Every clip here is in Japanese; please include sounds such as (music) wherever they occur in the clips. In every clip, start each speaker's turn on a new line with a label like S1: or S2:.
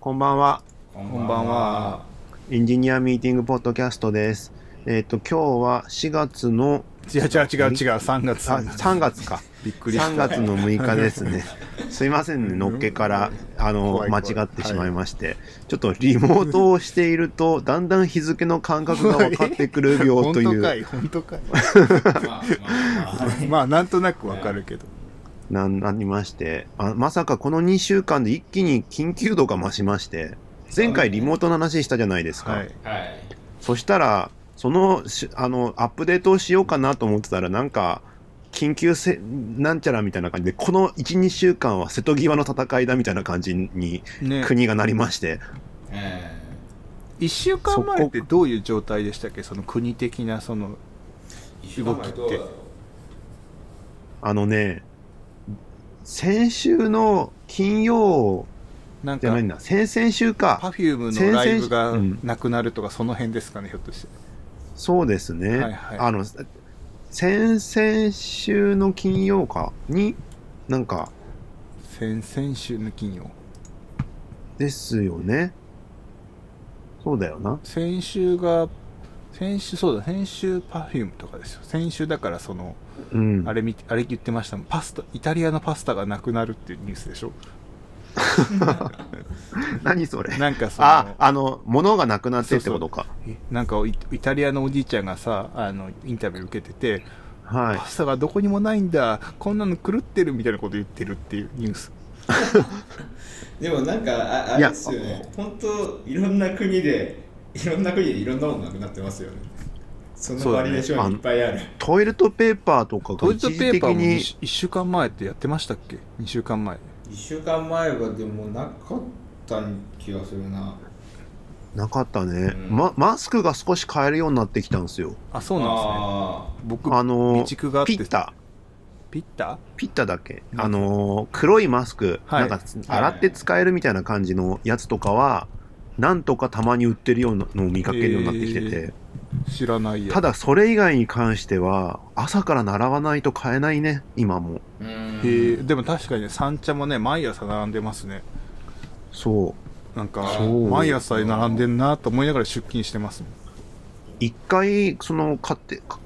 S1: こんばんは。
S2: こ
S3: こんばんは。
S1: エンジニアミーティングポッドキャストです。えっ、と、今日は4月の、
S3: 違う違う違う違う、3月。
S1: あ、3月か。
S3: びっくりし
S1: 3
S3: た。
S1: 月の6日です
S3: (laughs)
S1: ね。すいませんね、のっけから、あの、
S3: 怖い怖い
S1: 間違ってしまいまして、ちょっとリモートをしていると、だんだん日付の感覚が分かってくるよ
S3: (laughs) 本
S1: とい
S3: 当か
S1: う、
S3: い、本当かい。
S2: まあまあまあはい
S3: まあ、なんとなくわかるけど。
S1: な、なりましてあ、まさかこの2週間で一気に緊急度が増しまして、前回リモートの話したじゃないですか。
S3: はい。
S2: はい。
S1: そしたら、そのしあのアップデートをしようかなと思ってたら、なんか、緊急せなんちゃらみたいな感じで、この1、2週間は瀬戸際の戦いだみたいな感じに
S3: ね、
S1: 国がなりまして、
S2: え
S3: 1週間前ってどういう状態でしたっけその国的な、その、
S2: え一週間前どうだろう
S1: あのね、先週の金曜
S3: なん
S1: じゃ
S3: か
S1: ない、んだ、先々週か、
S3: パフュームのライブが
S1: 先々うん
S3: なくなるとか、その辺ですかね、ひょっとして。
S1: そうですね、
S3: はいはい
S1: あの、先々週の金曜かに、なんか、
S3: 先々週の金曜。
S1: ですよね。そうだよな。
S3: 先週が、先週、そうだ、先週パフュームとかですよ。先週だから、その、
S1: うん。
S3: あれ見て、あれ言ってましたもんパスタ、イタリアのパスタがなくなるっていうニュースで
S1: (laughs)
S3: しょ
S1: 何それ
S3: なんかその、
S1: あ、あの、物がなくなってってことか。
S3: えなんかイイタリアのおじいちゃんがさあのインタビュー受けてて、
S1: はい
S3: パ。スタがどこにもないんだこんなの狂ってるみたいなこと言ってるっていうニュース
S2: でもなんかああ
S1: い
S2: れ
S1: や
S2: ですよね。本当いろんな国でいろんな国でいろんなものなくなってますよね。そのバリエーションいっぱいある。
S1: トイレットペーパーとかが
S3: トイレット
S1: 一時
S3: ペー
S1: 的
S3: パーも
S1: に、
S3: 1週間前ってやってましたっけ2週間前
S2: 一週間前はでもなかった気がするな。
S1: なかったね、
S2: うん
S1: ま。マスクが少し買えるようになってきたんですよ。
S3: あそうなんですね
S2: あ
S3: 僕
S1: あ
S3: 備
S1: の、
S3: 蓄があって
S1: ピッタ。
S3: ピッタ
S1: ピッタだっけ
S3: なんか
S1: あのー、黒いマスク、
S3: はい
S1: なんか洗って使えるみたいな感じのやつとかは、なんとかたまに売ってるようなのを見かけるようになってきてて、
S3: 知らないや
S1: ただそれ以外に関しては、朝から習わないと買えないね、今も。
S2: ーうん
S3: へーでも確かにね三茶もね毎朝並んでますね
S1: そう。
S3: なんか
S1: そう
S3: 毎朝並んでんなと思いながら出勤してますもん
S1: 一回その買ってか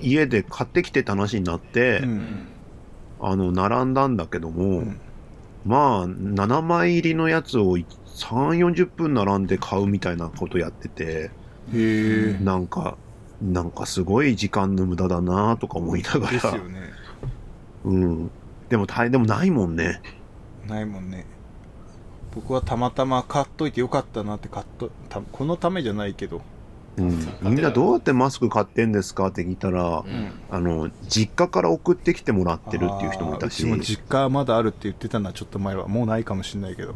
S1: 家で買ってきてって話になって、
S3: う
S2: うんん
S1: あの並んだんだけども、
S3: うん
S1: まあ7枚入りのやつを3 4 0分並んで買うみたいなことやってて
S3: へえ
S1: なんかなんかすごい時間の無駄だなとか思いなが
S3: です
S1: ら、
S3: よね
S1: うん、でも大でもないもんね
S3: ないもんね僕はたまたま買っといてよかったなって買っとたこのためじゃないけど
S1: うん、みんなどうやってマスク買ってんですかって聞いたら、
S2: うん
S1: あの実家から送ってきてもらってるっていう人もいたし
S3: あーうちも実家まだあるって言ってたのはちょっと前はもうないかもしれないけど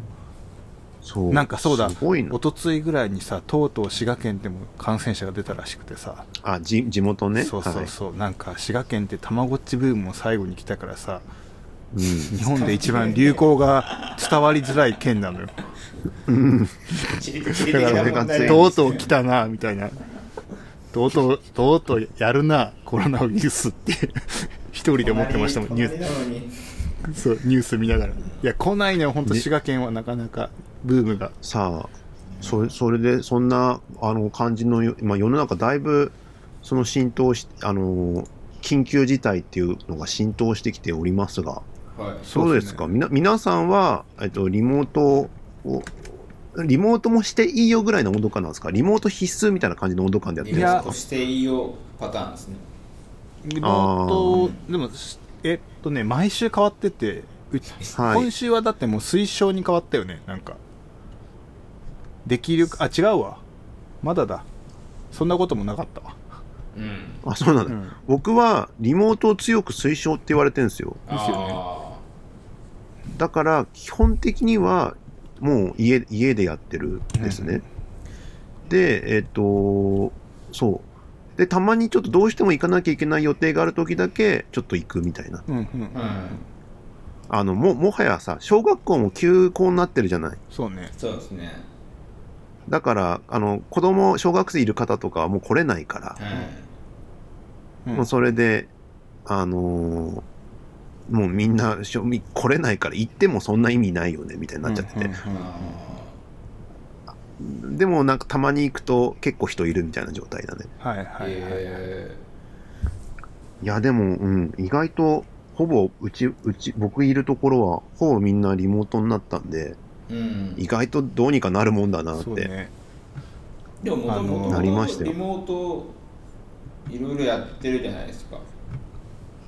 S1: そう
S3: なんかそうだ
S1: すごいな
S3: 一昨日ぐらいにさとうとう滋賀県でも感染者が出たらしくてさ、
S1: あじ地元ね
S3: そう
S1: は
S3: そ
S1: いう
S3: そう、なんか滋賀県ってたまごっちブームも最後に来たか
S1: (laughs)
S3: らさ
S1: うん
S3: 日本で一番流行が伝わりづらい県なのよ
S2: 地理的地理的
S3: だか
S2: な
S1: 俺
S3: ら
S1: が
S2: 問
S1: つい
S2: 題
S3: とうとう来たなみたいなとうとうとうとうやるなコロナウイルスって一人で思ってましたもんニュース
S2: ー
S3: そうニュース見ながらいや来ないね本当滋賀県はなかなかブームが
S1: さあそそれでそんなあの感じのよ、まあ、世の中だいぶその浸透しあの緊急事態っていうのが浸透してきておりますが
S2: はい。
S1: そうですかみな皆さんは、えっと、リモートをリモートもしていいよぐらいの温度感なんですかリモート必須みたいな感じの温度感でやってる
S2: リ
S1: んで
S2: モー
S1: す
S2: ト
S1: か
S2: していいよパターンですね。
S3: リモー
S2: あ
S3: トでもしえっとね毎週変わっててうち
S1: はい
S3: 今週はだってもう推奨に変わったよねなんかできるあ違うわまだだそんなこともなかったわ、
S2: うん。
S1: あそうなんだ、
S3: うん
S1: 僕はリモートを強く推奨って言われてるんですよ
S3: ですよね
S2: あ
S1: だから基本的にはもう家家でやってるですね。で、えっ、と、そう。で、たまにちょっとどうしても行かなきゃいけない予定がある時だけ、ちょっと行くみたいな。
S3: うんうん
S2: ーうん。
S1: あの、も、もはやさ、小学校も休校になってるじゃない。
S3: そうね
S2: そうですね。
S1: だから、あの、子供、小学生いる方とかはもう来れないから、
S2: はい。
S3: うん
S1: もうそれで、あのーもうみんな、しょ来れないから行ってもそんな意味ないよね、みたいになっちゃってて。
S3: うんうんうん
S2: あ
S1: でもなんかたまに行くと結構人いるみたいな状態だね。
S3: はいはいはい、
S2: え
S1: いや、でも、うん、意外と、ほぼ、うち、うち、僕いるところは、ほぼみんなリモートになったんで、
S2: ーうん
S1: 意外とどうにかなるもんだなっ
S3: そう
S1: て。
S3: ね
S2: でももとも
S3: あの
S2: と
S1: なりましたよ
S2: リモートいろいろやってるじゃないですか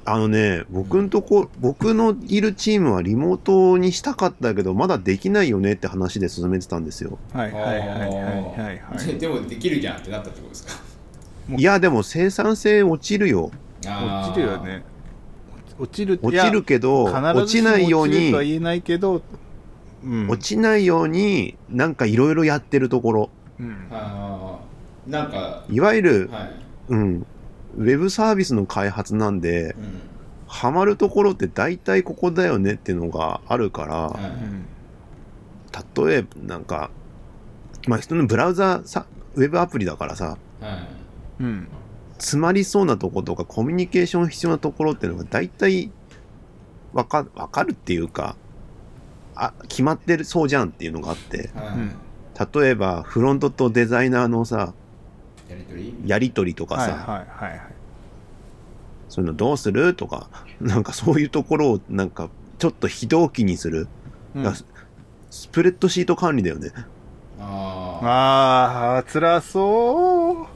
S1: あのね、僕んとこ、僕のいるチームはリモートにしたかったけど、まだできないよねって話で進めてたんですよ。
S3: はいはいはいはい
S2: あ
S3: はいは
S2: ー (laughs)
S3: い
S2: でもできるじゃんってなったってことですか
S1: いや、でも生産性落ちるよ。
S2: あー
S3: 落ちるよね落ちる
S1: 落ちるけど、
S3: いや
S1: 落ちないよう
S3: 必ず
S1: に
S3: しも落ちるとは、言えないけど、うん、
S1: 落ちないように、なんかいろいろやってるところ。
S3: うん
S2: あーなんかはい
S1: わゆる、うん、ウェブサービスの開発なんで
S2: い、、うん
S1: ハマるところって大体ここだよねっていうのがあるから、
S2: は
S3: う
S2: い
S3: ん
S1: 例えばなんか、まあ人のブラウザさ、ウェブアプリだからさ、
S2: はい
S3: うん
S1: 詰まりそうなとことかコミュニケーション必要なところっていうのが大体わかわかるっていうか、あ、決まってるそうじゃんっていうのがあって、
S2: は
S3: う
S2: い
S3: ん
S1: 例えばフロントとデザイナーのさ、
S2: やりとり
S1: やりとりとか
S3: はい
S1: さ、
S3: はいはいはい
S1: そういうのどうするとか、なんかそういうところをなんかちょっと非同期にする。
S3: うん
S1: だからスプレッドシート管理だよね。
S2: あ
S3: あー辛そう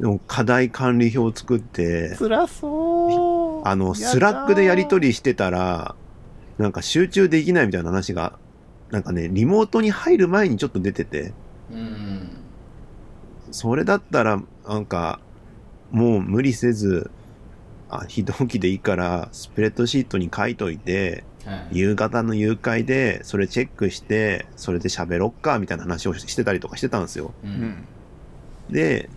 S1: でも課題管理表を作って、
S3: 辛そう
S1: あの、スラックでやり取りしてたら、なんか集中できないみたいな話が、なんかね、リモートに入る前にちょっと出てて、
S2: ーうん
S1: それだったら、なんか、もう無理せず、あ、非同期でいいから、スプレッドシートに書いといて、
S2: はい
S1: 夕方の誘拐で、それチェックして、それで喋ろっか、みたいな話をしてたりとかしてたんですよ。
S2: う
S3: うんん
S1: で、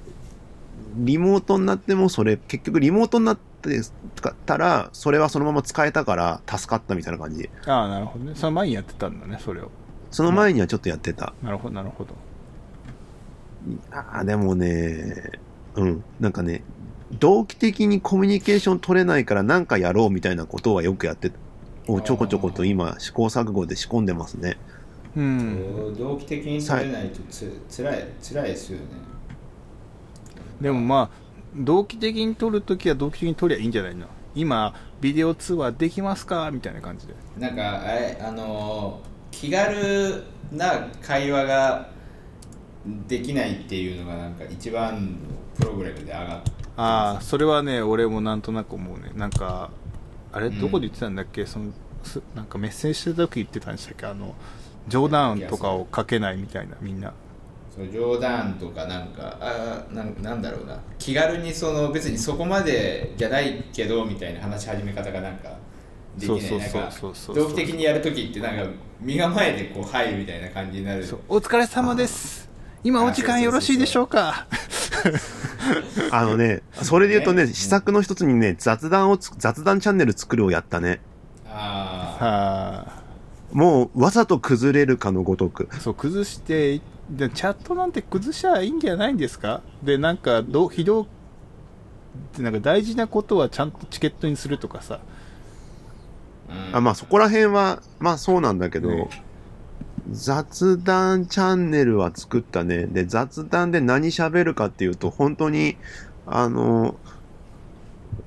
S1: リモートになっても、それ、結局リモートになって使ったら、それはそのまま使えたから、助かったみたいな感じ。
S3: ああなるほどねその前にやってたんだねそれを
S1: その前にはちょっとやってた。
S3: なるほどなるほど
S1: ああ、でもね、うん、なんかね、同期的にコミュニケーション取れないからなんかやろうみたいなことはよくやって、をちょこちょこと今試行錯誤で仕込んでますね。
S3: う
S2: うんん同期的に取れないとつつらいつらいですよね
S3: でもまあ同期的に撮るときは同期的に撮りゃいいんじゃないの今ビデオ通話できますかみたいな感じで
S2: なんかあれあのー気軽な会話ができないっていうのがなんか一番のプログラムで上がって
S3: ああそれはね俺もなんとなく思うねなんかあれ
S2: うん
S3: どこで言ってたんだっけ、そのすなんかメッセージしてた時言ってたんでしたっけあの冗談とかを書けないみたいなみんな
S2: その冗談とかなんかあーなんなんだろうな気軽にその別にそこまでじゃないけどみたいな話し始め方がなんかできない
S3: そうそうそう
S2: なんか
S3: そうそうそう
S2: 同期的にやるときってなんか身構えてこう入るみたいな感じになる
S3: そうお疲れ様です今お時間よろしいでしょうか
S1: あのね、それで言うとね、
S2: ね
S1: 試作の一つにね、雑談をつ、雑談チャンネル作るをやったね。
S2: あ
S3: は
S1: もう、わざと崩れるかのごとく。
S3: あ (laughs) そう崩してでチャットなんて崩しゃいいんじゃないんですかでなんかど非同でなんか大事なことはちゃんとチケットにするとかさ
S2: ー、うん、
S1: あまあ、そこら辺は、まあそうなんだけど、
S3: ね
S1: 雑談チャンネルは作ったね。で、雑談で何喋るかっていうと、本当に、あの、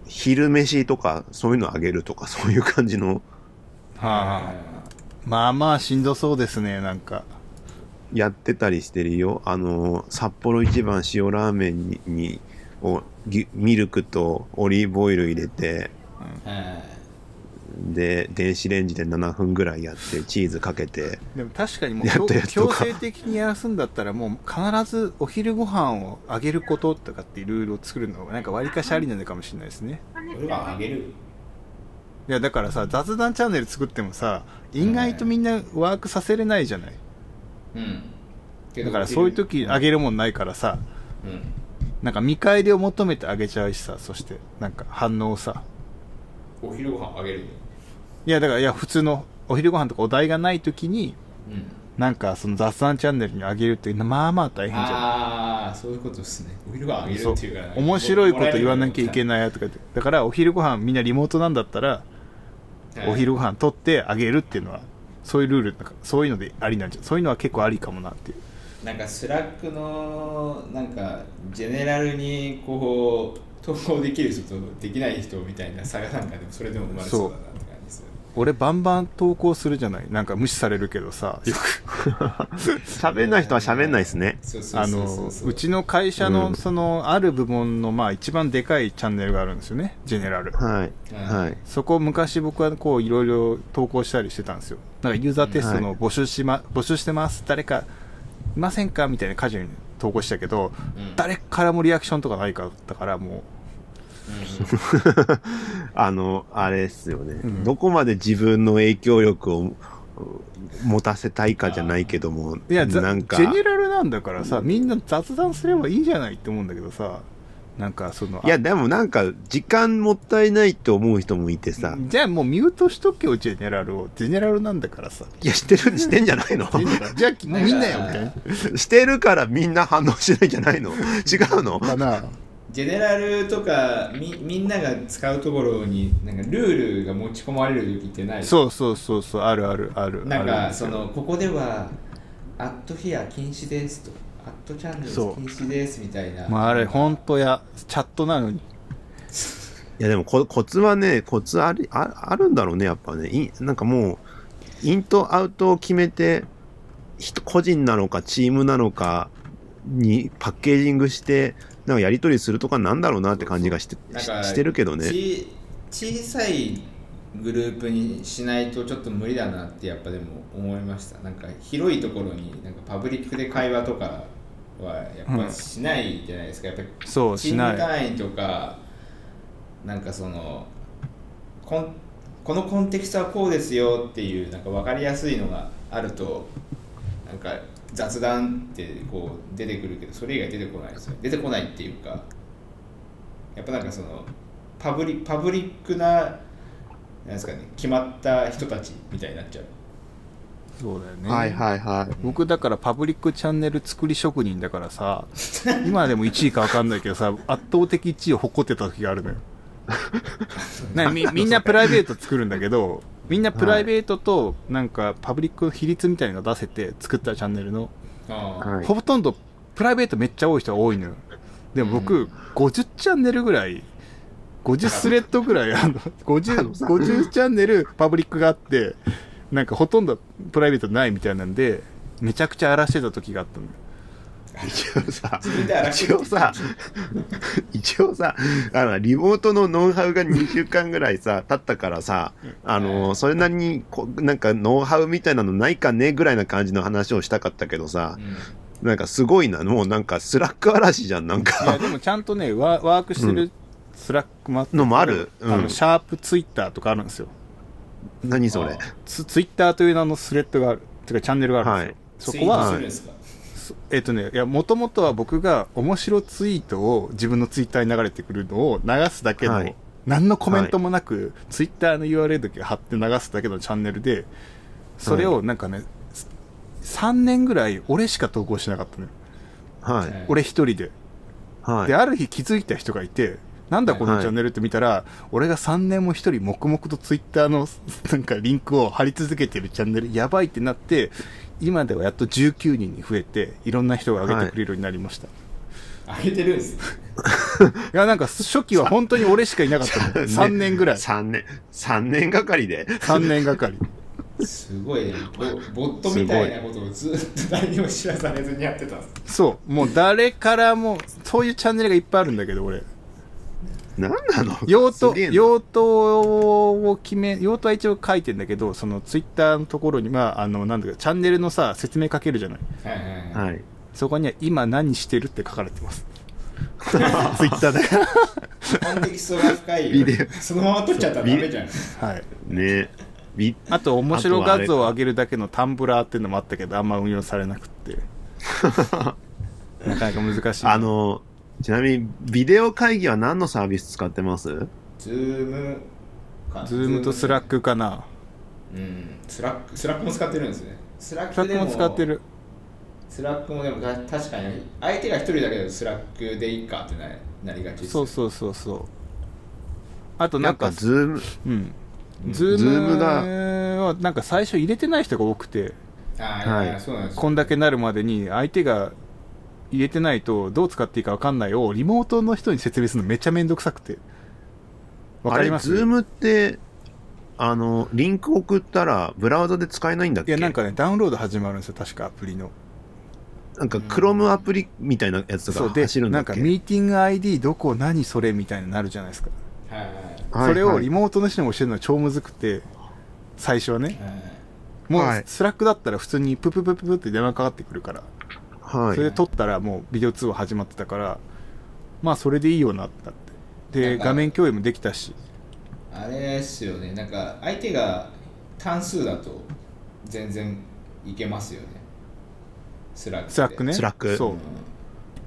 S1: 昼飯とか、そういうのあげるとか、そういう感じの
S3: はあまあまあしんどそうですねなんか
S1: やってたりしてるよ。あの、札幌一番塩ラーメンに、にをぎミルクとオリーブオイル入れて、
S2: はい
S1: で、電子レンジで7分ぐらいやって、チーズかけ
S3: (laughs)
S1: て、
S3: でも確かにもう
S1: やったやつと
S3: 強強
S1: か
S3: 制的にやらすんだったらもう必ずお昼ご飯をあげることとかっていうルールを作るのがなんか割りかしありなのかもしれないですね
S2: 俺はあげる
S3: いやだからさ雑談チャンネル作ってもさ意外とみんなワークさせれないじゃない
S2: うんけど
S3: だからそういう時あげるもんないからさ
S2: うん
S3: なんか見返りを求めてあげちゃうしさそしてなんか反応をさ
S2: お昼ご飯あげる
S3: いやだからいや普通のお昼ご飯とかお題がない時に
S2: うん
S3: なんかその雑談チャンネルにあげるっていうのはまあまあ大変じゃん
S2: ああそういうことですねお昼ご飯あげるっていうから
S3: そう面白いこと言わなきゃいけ
S2: な
S3: ないとかってだからお昼ご飯みんなリモートなんだったら、
S2: い
S3: お昼ご飯取ってあげるっていうのはそういうルールなんかそういうのでありなんじゃそういうのは結構ありかもなっていう
S2: なんかスラックのなんかジェネラルにこう投稿できる人とできない人みたいな差がなんかでもそれでも生まれそうだなって感じですよね
S3: 俺バンバン投稿するじゃないなんか無視されるけどさよく
S1: 喋んない人は喋んないですね。
S2: そうそう
S3: あ
S2: そう
S3: の
S2: そうそう
S3: うちの会社の、
S1: うん
S3: そのある部門のまあ一番でかいチャンネルがあるんですよねジェネラル
S1: はい。はい。
S3: そこ昔僕はこういろいろ投稿したりしてたんですよなんかユーザーテストの募集し、ま募集してます誰かいませんかみたいなカジュアルに投稿したけど、
S2: うん
S3: 誰からもリアクションとかないかったからも
S2: う
S1: あの、あれですよね、
S3: うん
S1: どこまで自分の影響力をうん持たせたいかじゃないけども、
S3: ういやざ
S1: なんか
S3: ジ、ェネラルなんだからさみんな雑談すればいいじゃないって思うんだけどさなんかそのあ
S1: いや、でもなんか、時間もったいないと思う人もいてさ、
S3: じゃあもうミュートしとけよジェネラルをジェネラルなんだからさ
S1: いや、してる、してんじゃない
S3: (laughs)
S1: の
S3: じゃあもうみんなよみたいな
S1: (laughs) してるからみんな反応しないんじゃないの違うの
S3: かなん
S2: ジェネラルとかみみんなが使うところになんかルールが持ち込まれる時ってない
S3: そうそうそうそうあるあるある
S2: なん
S3: あ
S2: か
S3: る
S2: そのここでは「アットヒア禁止です」と「アットチャンネル
S3: そう
S2: 禁止です」みたいな、
S3: まあ、あれ本当やチャットなのに
S1: いやでもこコツはねコツありああるんだろうねやっぱねいなんかもうインとアウトを決めて人個人なのかチームなのかにパッケージングしてなんかやり取りするとかなんだろうなって感じがして
S2: なん
S1: し
S2: か
S1: してるけどね
S2: ち小さいグループにしないとちょっと無理だなってやっぱでも思いましたなんか広いところになんかパブリックで会話とかはやっぱしないじゃないですか、やっぱり
S3: そう
S2: チ
S3: し
S2: ー
S3: な
S2: ム
S3: い
S2: 単位とかなんかそのこんこのコンテクストはこうですよっていうなんか分かりやすいのがあるとなんか雑談ってこう出てくるけどそれ以外出てこないですよね出てこないっていうかやっぱなんかそのパブリパブリックななんですかね決まった人たちみたいになっちゃう
S3: そうだよね
S1: はいはい
S3: 僕だからパブリックチャンネル作り職人だからさ今でも1位か分かんないけどさ圧倒的1位を誇ってた時があるのよなみみんなプライベート作るんだけどみんなプライベートとなんかパブリックの比率みたいなの出せて作ったチャンネルの、
S2: あ
S1: はい
S3: ほとんどプライベートめっちゃ多い人が多いのよでも僕、
S2: うん
S3: 50チャンネルぐらい50スレッドぐらいあ
S1: (laughs)
S3: の 50, 50チャンネルパブリックがあってなんかほとんどプライベートないみたいなんでめちゃくちゃ荒らしてた時があったの
S1: 一応さ
S2: 分で荒らして
S1: 一応さ一応さあのリモートのノウハウが2週間ぐらいさ経ったからさあのそれなりにこなんかノウハウみたいなのないかねぐらいな感じの話をしたかったけどさ
S2: あ、うん
S1: なんかすごいなもうなんかスラック嵐じゃんなん
S3: いや
S1: か
S3: でもちゃんとねワワークしてるスラックもあって
S1: のもあるうん
S3: あのシャープツイッターとかあるんですよ
S1: 何それ
S3: ツツイッターという名のスレッドがあるていうかチャンネルがあるんですよ、
S2: ツイ
S3: そこ
S2: ート
S3: は
S2: するんですか
S3: そえっ、とね、いや、もともとは僕が面白ツイートを自分のツイッターに流れてくるのを流すだけの、
S1: はい
S3: 何のコメントもなく、ツイッターの URL だけ貼って流すだけのチャンネルで、それをなんかね、す3年ぐらい俺しか投稿しなかったのよ。
S1: はい
S3: 俺一人で。
S1: はい
S3: で、ある日気づいた人がいて、なんだこの
S1: はい
S3: チャンネルって見たら、俺が3年も一人黙々とツイッターの (laughs) なんかリンクを貼り続けてるチャンネルやばいってなって、今ではやっと19人に増えて、いろんな人が上げてくれるようになりました。
S2: あげてるんです
S3: い、や、なんか初期は本当に俺しかいなかったの。3
S1: (laughs)
S3: 年ぐらい。
S1: 3年3年がかりで
S3: 3年がかり。
S2: すごいねボボットみたいなことをずっと誰にも知らされずにやってたんです
S3: そう。もう誰からも、そういうチャンネルがいっぱいあるんだけど、俺。
S1: 何なの
S3: 用
S1: す
S3: 途
S1: げえな
S3: 用途を決め用途は一応書いてんだけどそのツイッターのところにまああのなんだかチャンネルのさ説明書けるじゃない
S2: はいはいはい
S1: はい
S3: そこには「今何してる?」って書かれてます
S1: (laughs)
S3: ツイッターで
S2: コンテキストが深い
S1: ビデ
S2: そのまま撮っちゃったらダメじゃん
S3: はい
S1: ねび
S3: あと面白画像を上げるだけのタンブラーっていうのもあったけどあんま運用されなくって
S1: (laughs)
S3: なかなか難しい
S1: あのちなみにビデオ会議は何のサービス使ってます
S2: ズームか
S3: ズームとスラックかな
S2: うんスラックスラックも使ってるんですねスラッ
S3: スラ
S2: ク
S3: ッ
S2: で
S3: ク
S2: も
S3: も使ってる
S2: スラックもでもた確かに相手が一人だけどスラックでいいかってななりがちです
S3: そうそうそうそうあと
S1: な
S3: なんん
S1: か
S3: か
S1: ズーム
S3: うん、
S2: うん
S3: ズーム
S1: ズーム
S3: はなんか最初入れてない人が多くて
S2: あ
S1: はい
S2: いやそうなんですよ
S3: こんだけなるまでに相手が入れてないとどう使っていいか分かんないをリモートの人に説明するのめっちゃめんどくさくて分かります
S1: あれ、ズームって、あの、リンク送ったら、ブラウザで使えないんだっ
S3: い
S1: け
S3: やなんかねダウンロード始まるんですよ確かアプリの
S1: なんか、クロームアプリみたいなやつ
S3: そ
S1: が
S3: うで
S1: 走るんだ
S3: な
S1: っ
S3: んか
S1: け
S3: ミーティング ID どこ何それみたいになるじゃないですか、
S2: はいはいはい
S1: はい
S3: それを
S1: はい
S3: リモートの人に教えるのは超むずくて最初はねも
S1: は
S3: う
S1: い
S3: スラックだったら普通にプププププって電話かかってくるから、
S1: はい
S3: それで撮ったらもうビデオ通話始まってたからまあそれでいいよなってなってで
S2: なんか
S3: 画面共有もできたし
S2: あれですよねなんか相手が単数だと全然いけますよねスラック
S3: スラックね
S1: スラック
S3: そううん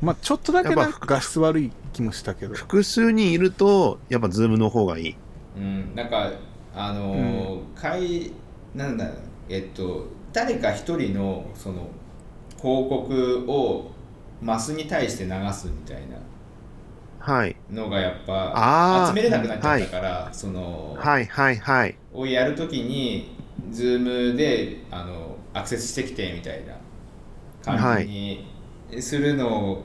S3: まあちょっとだけなん
S1: やっ
S3: か画質悪い気もしたけど
S1: 複数人いると、やっぱズームの方がいい。
S2: うん、なんかあのー会なんだえっと誰か一人のその広告をマスに対して流すみたいな
S1: はい。
S2: のがやっ
S1: あ
S2: ぱ
S1: ー
S2: 集めれなくなっちゃったから、その、
S1: はいはいはい。
S2: をやるときに Zoom であのアクセスしてきてみたいな感じにするの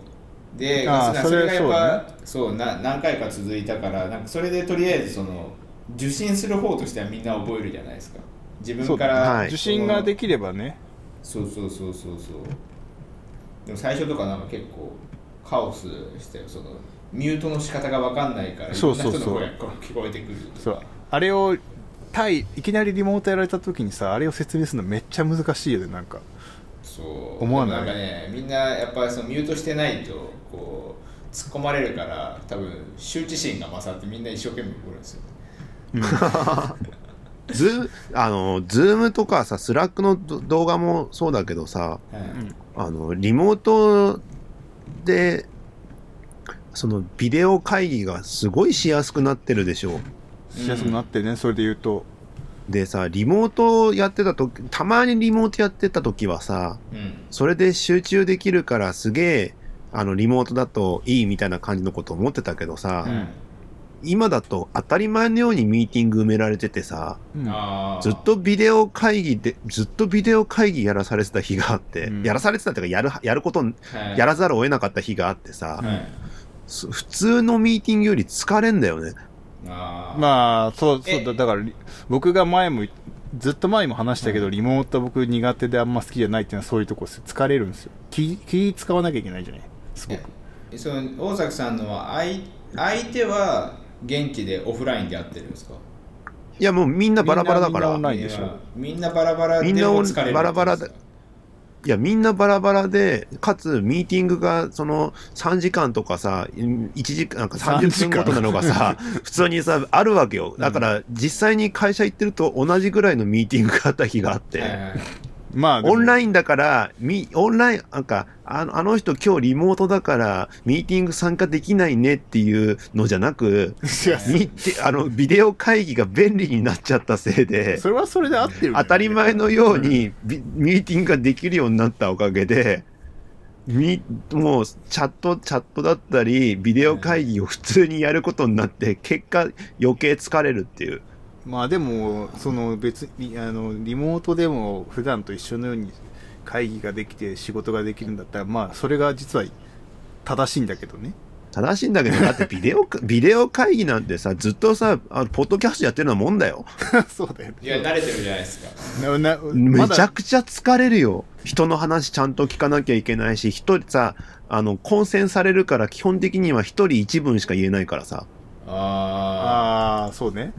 S2: で、
S3: ああ
S2: そ
S3: そ
S2: れ
S3: れ
S2: がやっぱそう,、な何回か続いたからなんかそれでとりあえずその受信する方としてはみんな覚えるじゃないですか自分から、
S1: そうはい
S3: 受信ができればね
S2: そうそうそうそうそうでも最初とかなんか結構カオスしたよそのミュートの仕方が分かんないから
S3: そうそうそう
S2: いろんな人の声が聞こえてくるとか
S3: そうあれを対いきなりリモートやられた時にさあれを説明するのめっちゃ難しいよねなんか
S2: そう
S3: 思わない
S2: でもんかねみんなやっぱりそのミュートしてないとこう突っ込まれるから多分羞恥心が勝ってみんな一生懸命怒るんですよ
S1: ズーム、あの、ズームとかさ、スラックのど動画もそうだけどさ、
S2: はい
S1: あの、リモートで、そのビデオ会議がすごいしやすくなってるでしょ
S3: しやすくなってね、それで言うと
S1: でさ、リモートやってたとき、たまにリモートやってたときはさ、
S2: うん
S1: それで集中できるからすげえ、あの、リモートだといいみたいな感じのこと思ってたけどさ、
S3: ん
S1: 今だと当たり前のようにミーティング埋められててさ、
S3: うん
S2: あー
S1: ずっとビデオ会議で、ずっとビデオ会議やらされてた日があって、
S3: うん
S1: やらされてたっていうか、やる、やること、
S2: はい
S1: やらざるを得なかった日があってさ、
S2: はい
S1: す普通のミーティングより疲れんだよね。
S2: あー
S3: まあそうそ
S2: え
S3: うだだからリ僕が前もずっと前も話したけど、リモート僕苦手であんま好きじゃないっていうのはそういうとこですよ疲れるんですよ気気使わなきゃいけないじゃないすごく
S2: その大崎さんのは相相手は元気でオフラインでやってるんですか
S1: いや、もうみんなバラバラだか
S3: みんなみ
S1: ら。
S3: んなオンラインないでしょ
S2: いやみんなバラバラで
S1: みんな
S2: も
S1: お
S2: 疲れる
S1: バラバラだいや、みんなバラバラで、かつ、ミーティングが、その、3時間とかさ、1時間、なんか30分ごとなのがさ、普通にさ、あるわけよ。だから、実際に会社行ってると同じぐらいのミーティングがあった日があって、
S2: はいはい
S3: まあ
S1: オンラ
S3: イン
S1: インだから、みオンライン、なんか、あのあの人今日リモートだから、ミーティング参加できないねっていうのじゃなく、みあの、ビデオ会議が便利になっちゃったせいで、
S3: それはそれで合ってる、
S1: 当たり前のようにビミーティングができるようになったおかげで、みもうチャット、チャットだったり、ビデオ会議を普通にやることになって、結果余計疲れるっていう。
S3: まあでもその別にあのリモートでも普段と一緒のように会議ができて仕事ができるんだったらまあそれが実は正しいんだけどね (laughs)
S1: 正しいんだけど、だってビデオ、 (laughs) ビデオ会議なんてさ、ずっとさ、あのポッドキャストやってるようなもんだよ。
S3: そうだよね
S2: いや慣れてるじゃないですか
S3: なな
S1: め
S3: ま
S1: ちゃ
S3: だ
S1: くちゃ疲れるよ。人の話ちゃんと聞かなきゃいけないし、一人さ、あの、混戦されるから基本的には一人一文しか言えないからさ、
S2: ああ
S3: ああそうね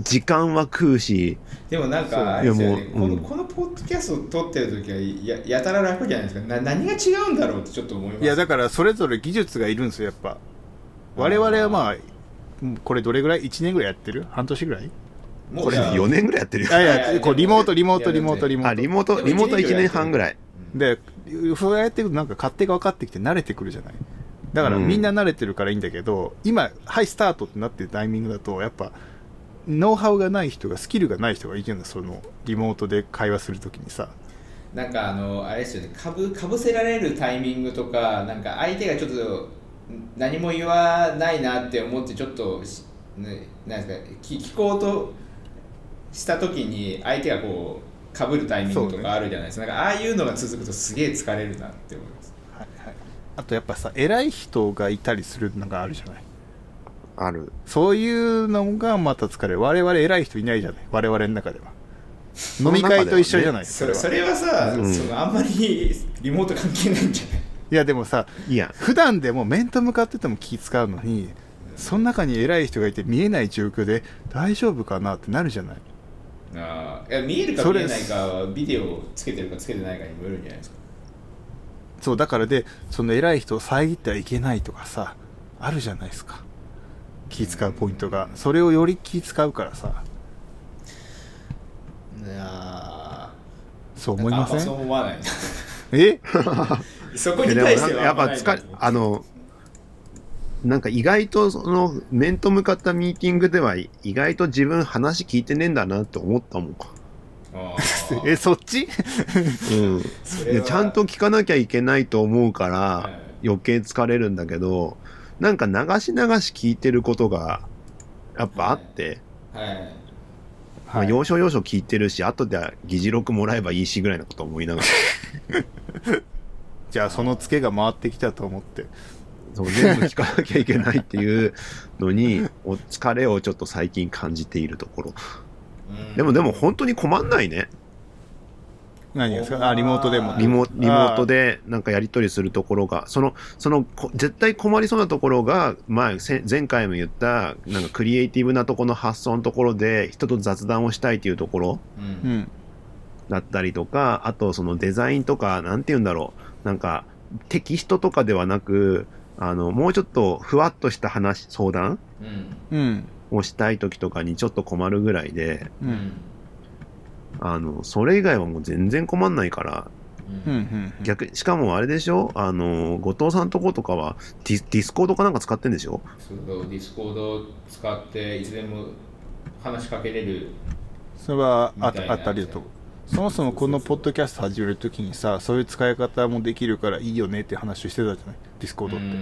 S1: 時間は食うし、
S2: でもなん
S3: そう
S2: かあれですよね
S1: いや
S2: こ
S1: もう
S2: の、
S1: うん
S2: このポッドキャストを撮ってる時はややたら楽じゃないですかな何が違うんだろうってちょっと思います
S3: いやだからそれぞれ技術がいるんですよやっぱ我々はまあこれどれぐらい1年ぐらいやってる半年ぐらい
S2: もう
S1: これ
S2: いや
S1: 4年ぐらいやってるよ
S3: い。
S2: やいや
S3: やいやこうリモートリモート
S2: いや
S3: リモートリモ
S1: あ、
S3: ート
S1: リモート、
S2: でも
S1: リモート
S2: 一
S1: 1
S2: 年ぐらい
S1: 年半ぐらい。
S3: でそうやっていくとなんか勝手が分かってきて慣れてくるじゃないだから
S1: うん
S3: みんな慣れてるからいいんだけど、今はいスタートってなってるタイミングだとやっぱノウハウがない人がスキルがない人がいるんだそのリモートで会話するときにさ
S2: なんかあのあれですよねかぶかぶせられるタイミングとかなんか相手がちょっと何も言わないなって思ってちょっとし、ね、なんですか聞聞こうとした時に相手がこうかぶるタイミング
S3: そう
S2: と
S3: ね
S2: かあるじゃないですか,、なんかああいうのが続くとすげえ疲れるなって思います
S3: はいはい、あとやっぱさ偉い人がいたりするのがあるじゃない
S1: ある。
S3: そういうのがまた疲れる我々偉い人いないじゃない我々の中では飲
S1: の
S3: み
S1: 中ではね
S3: 会と一緒じゃない、
S2: そ
S3: そ
S2: れ
S3: れ
S2: そ
S3: は
S2: れはさ、
S1: うん
S2: そのあんまり (laughs) リモート関係ないんじゃない
S3: いやでもさ
S1: いや、
S3: 普段でも面と向かってても気使うのにその中に偉い人がいて見えない状況で大丈夫かなってなるじゃない
S2: あーいや見えるか
S3: そ
S2: 見
S3: れ
S2: えないかはビデオをつけてるかつけてないかにもよるんじゃないですか
S3: そうだからでその偉い人を遮ってはいけないとかさあるじゃないですか気使うポイントがそれをより気使うからさ
S2: いや
S3: そう思いませ
S2: そうん思わないな
S3: え (laughs)
S2: そこ
S1: い
S2: に
S1: やで
S2: 対
S1: もなん
S2: して
S1: か
S2: は
S1: やっぱ
S2: あんまないな
S1: 疲れ、あの、なんか意外とその面と向かったミーティングでは意外と自分話聞いてねえんだなって思ったもんか。
S2: あー
S3: えそっち (laughs)
S1: うん。
S2: そ
S1: い
S2: れ
S1: や
S2: は
S1: ちゃんと聞かなきゃいけないと思うか
S2: は
S1: ら
S2: い
S1: 余計疲れるんだけど、なんか流し流し聞いてることがやっぱあって、
S2: はい
S1: まあ、要所要所聞いてるし、後で議事録もらえばいいしぐらいのこと思いながら、
S3: じゃあそのツケが回ってきたと思って
S1: そう全部聞かなきゃいけないっていうのに、お疲れをちょっと最近感じているところ。
S2: うん
S1: でもでも本当に困んないね。
S3: 何がですかあリモートでも
S2: はい
S1: リモリモートでなんかやり取りするところが、その、その、こ絶対困りそうなところが、前、せ前回も言った、なんかクリエイティブなところの発想のところで、人と雑談をしたいというところ
S2: う
S3: うんん
S1: だったりとか、あとそのデザインとか、なんて言うんだろう、なんかテキストとかではなく、あの、もうちょっとふわっとした話、相談
S2: うん
S3: うん
S1: をしたい時とかにちょっと困るぐらいで、
S3: う
S2: うんん
S1: あの、それ以外はもう全然困んないから、
S3: うんう
S2: うん
S3: ん
S1: 逆しかもあれでしょあの後藤さんとことかはディスディスコードかなんか使ってんでしょ
S2: そうディスコードを使っていつでも話しかけれる
S3: それはあ
S2: みたいな
S3: あったりだとそもそもこのポッドキャスト始めるときにさそういう使い方もできるからいいよねって話をしてたじゃないディスコードっ
S2: う
S3: て
S2: ん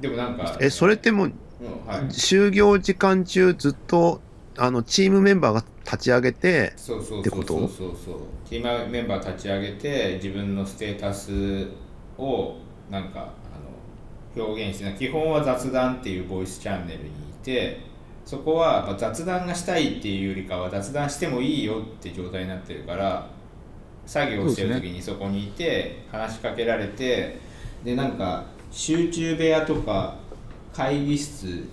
S2: でもなんか
S1: えそれってもう
S2: うんはい
S1: 就業時間中ずっとあのチームメンバーが立ち上げて
S2: そうそう
S1: って
S2: そう
S1: こと
S2: そうそうそうチームメンバー立ち上げて自分のステータスをなんかあの表現して基本は雑談っていうボイスチャンネルにいてそこはやっぱ雑談がしたいっていうよりかは雑談してもいいよって状態になってるから作業してる時にそこにいて、話しかけられてでなんか集中部屋とか会議室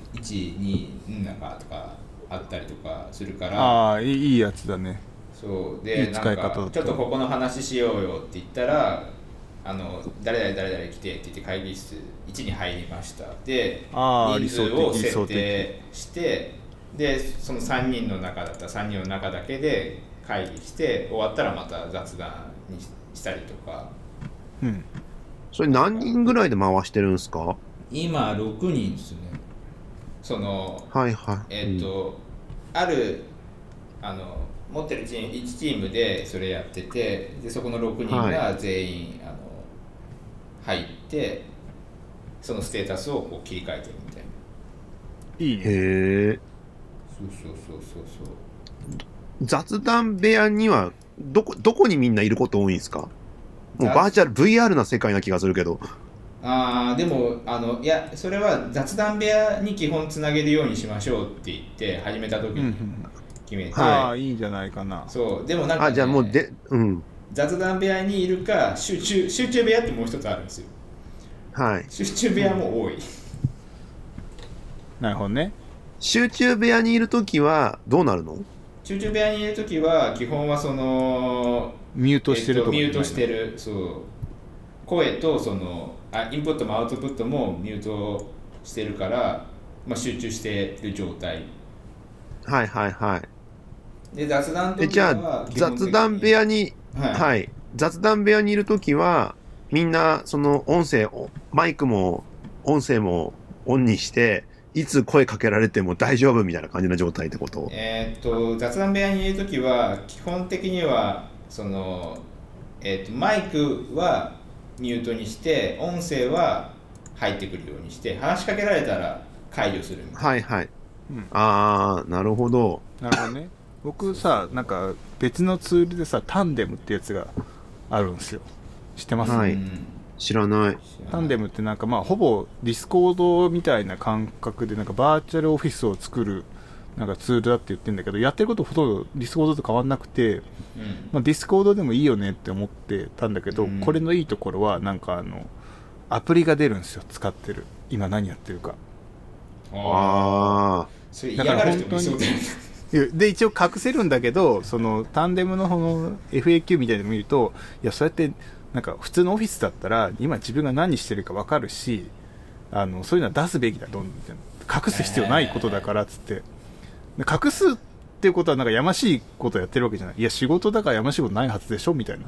S2: 12なんかとかあったりとかするから
S3: ああいいいいやつだね
S2: そうで
S3: いい使い方だった
S2: なんかちょっとここの話しようよって言ったら「あの誰々誰々来て」って言って会議室1に入りましたで
S3: あー
S2: 人数を
S3: 理想的
S2: 設定してでその3人の中だったら3人の中だけで会議して終わったらまた雑談にしたりとか
S3: うん
S1: それ何人ぐらいで回してるんですか
S2: 今6人ですねその
S1: はいはい
S2: えーっ、と、あるあの持ってるチーム1チームでそれやっててでそこの6人が全員、あの入ってそのステータスをこう切り替えてるみたいない
S3: い
S1: うん
S3: ね
S1: へえ
S2: そうそうそうそうそう
S1: 雑談部屋にはどこどこにみんないること多いんですかもう
S2: 雑
S1: バーチャル VR な世界な気がするけど
S2: あーでもあのいやそれは雑談部屋に基本つなげるようにしましょうって言って始めた時
S3: うんうんう
S2: に
S3: ん
S2: 決めて、
S3: ああいいんじゃないかな
S2: そうでもなんか、ね、
S1: あじゃあもうでうん
S2: 雑談部屋にいるか集中集中部屋ってもう一つあるんですよ
S1: はい
S2: 集中部屋も多い、
S3: なるほどね
S1: 集中部屋にいるときはどうなるの
S2: 集中部屋にいるときは基本はその
S3: ミュートしてる
S2: えっと
S3: とか
S2: ミュ
S3: じゃない
S2: ートしてるそう声とそのあインプットもアウトプットもミュートしてるから、まあ、集中してる状態
S1: はいはいはい
S2: で雑談と
S1: え
S2: か
S1: じゃあ
S2: は基本的に
S1: 雑談部屋に
S2: はい、
S1: はい、雑談部屋にいるときは、みんな、その音声を、マイクも、音声もオンにして、いつ声かけられても大丈夫みたいな感じの状態ってこと
S2: えーっと雑談部屋にいるときは基本的にはその、えーっとマイクはミュートにして音声は入ってくるようにして話しかけられたら解除するみたいな
S1: はいはい。
S3: うん
S1: あー、なるほど。
S3: なるほどね僕さなんか別のツールでさタンデムってやつがあるんですよ知ってます、
S1: は
S2: う
S1: い
S2: ん
S1: 知らない。
S3: タンデムってなんかまあほぼディスコードみたいな感覚でなんかバーチャルオフィスを作るなんかツールだって言ってんだけどやってることほとんどディスコードと変わんなくて、
S2: うん
S3: まあ、ディスコードでもいいよねって思ってたんだけど、
S2: うん
S3: これのいいところはなんかあのアプリが出るんですよ使ってる今何やってるか
S2: あー
S1: あ
S2: それ嫌がる人もいそうだよね
S3: いやで一応隠せるんだけどそのタンデムのこの FAQ みたいなの見るといやそうやってなんか普通のオフィスだったら今自分が何してるか分かるしあのそういうのは出すべきだどんどんみたいな隠す必要ないことだからっつってで隠すっていうことはなんかやましいことやってるわけじゃないいや仕事だからやましいことないはずでしょみたいな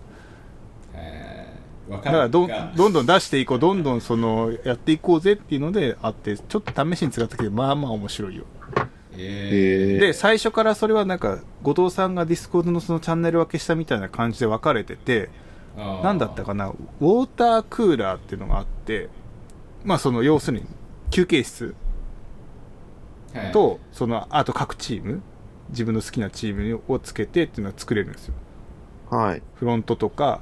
S2: えーわ
S3: だ
S2: か
S3: から
S2: る
S3: どん
S2: が
S3: どんどん出していこうどんどんそのやっていこうぜっていうのであってちょっと試しに使ったけどまあまあ面白いよ
S1: あ。
S2: え
S1: へ
S3: で
S1: え。
S3: 最初からそれはなんか後藤さんがディスコードのそのチャンネル分けしたみたいな感じで分かれてて
S2: ー
S3: 何だったかなウォータークーラーっていうのがあってまあその要するに休憩室
S2: はい
S3: とそのあと各チーム自分の好きなチームをつけてっていうのは作れるんですよ
S1: はい。
S3: フロントとか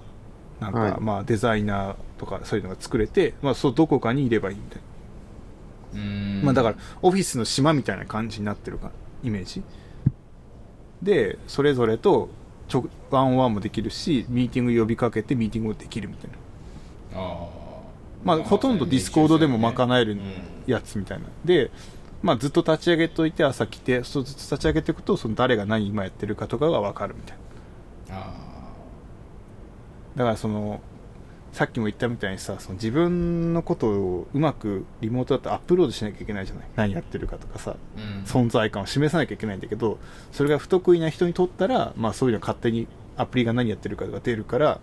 S3: なん
S1: はい
S3: かまあデザイナーとかそういうのが作れてまあそうどこかにいればいいみたいな
S2: うーん
S3: まあだからオフィスの島みたいな感じになってるかイメージでそれぞれとちょワンオンワンもできるしミーティング呼びかけてミーティングもできるみたいな
S2: あー
S3: まあほとんどディスコードでも賄える
S2: うん
S3: やつみたいなで、まあ、ずっと立ち上げといて朝来てそうずっと立ち上げていくとその誰が何今やってるかとかが分かるみたいな
S2: あ
S3: だからそのさっきも言ったみたいにさその自分のことをうまくリモートだとアップロードしなきゃいけないじゃない何やってるかとかさ
S2: ーうん
S3: 存在感を示さなきゃいけないんだけどそれが不得意な人にとったら、まあ、そういうの勝手にアプリが何やってるかが出るから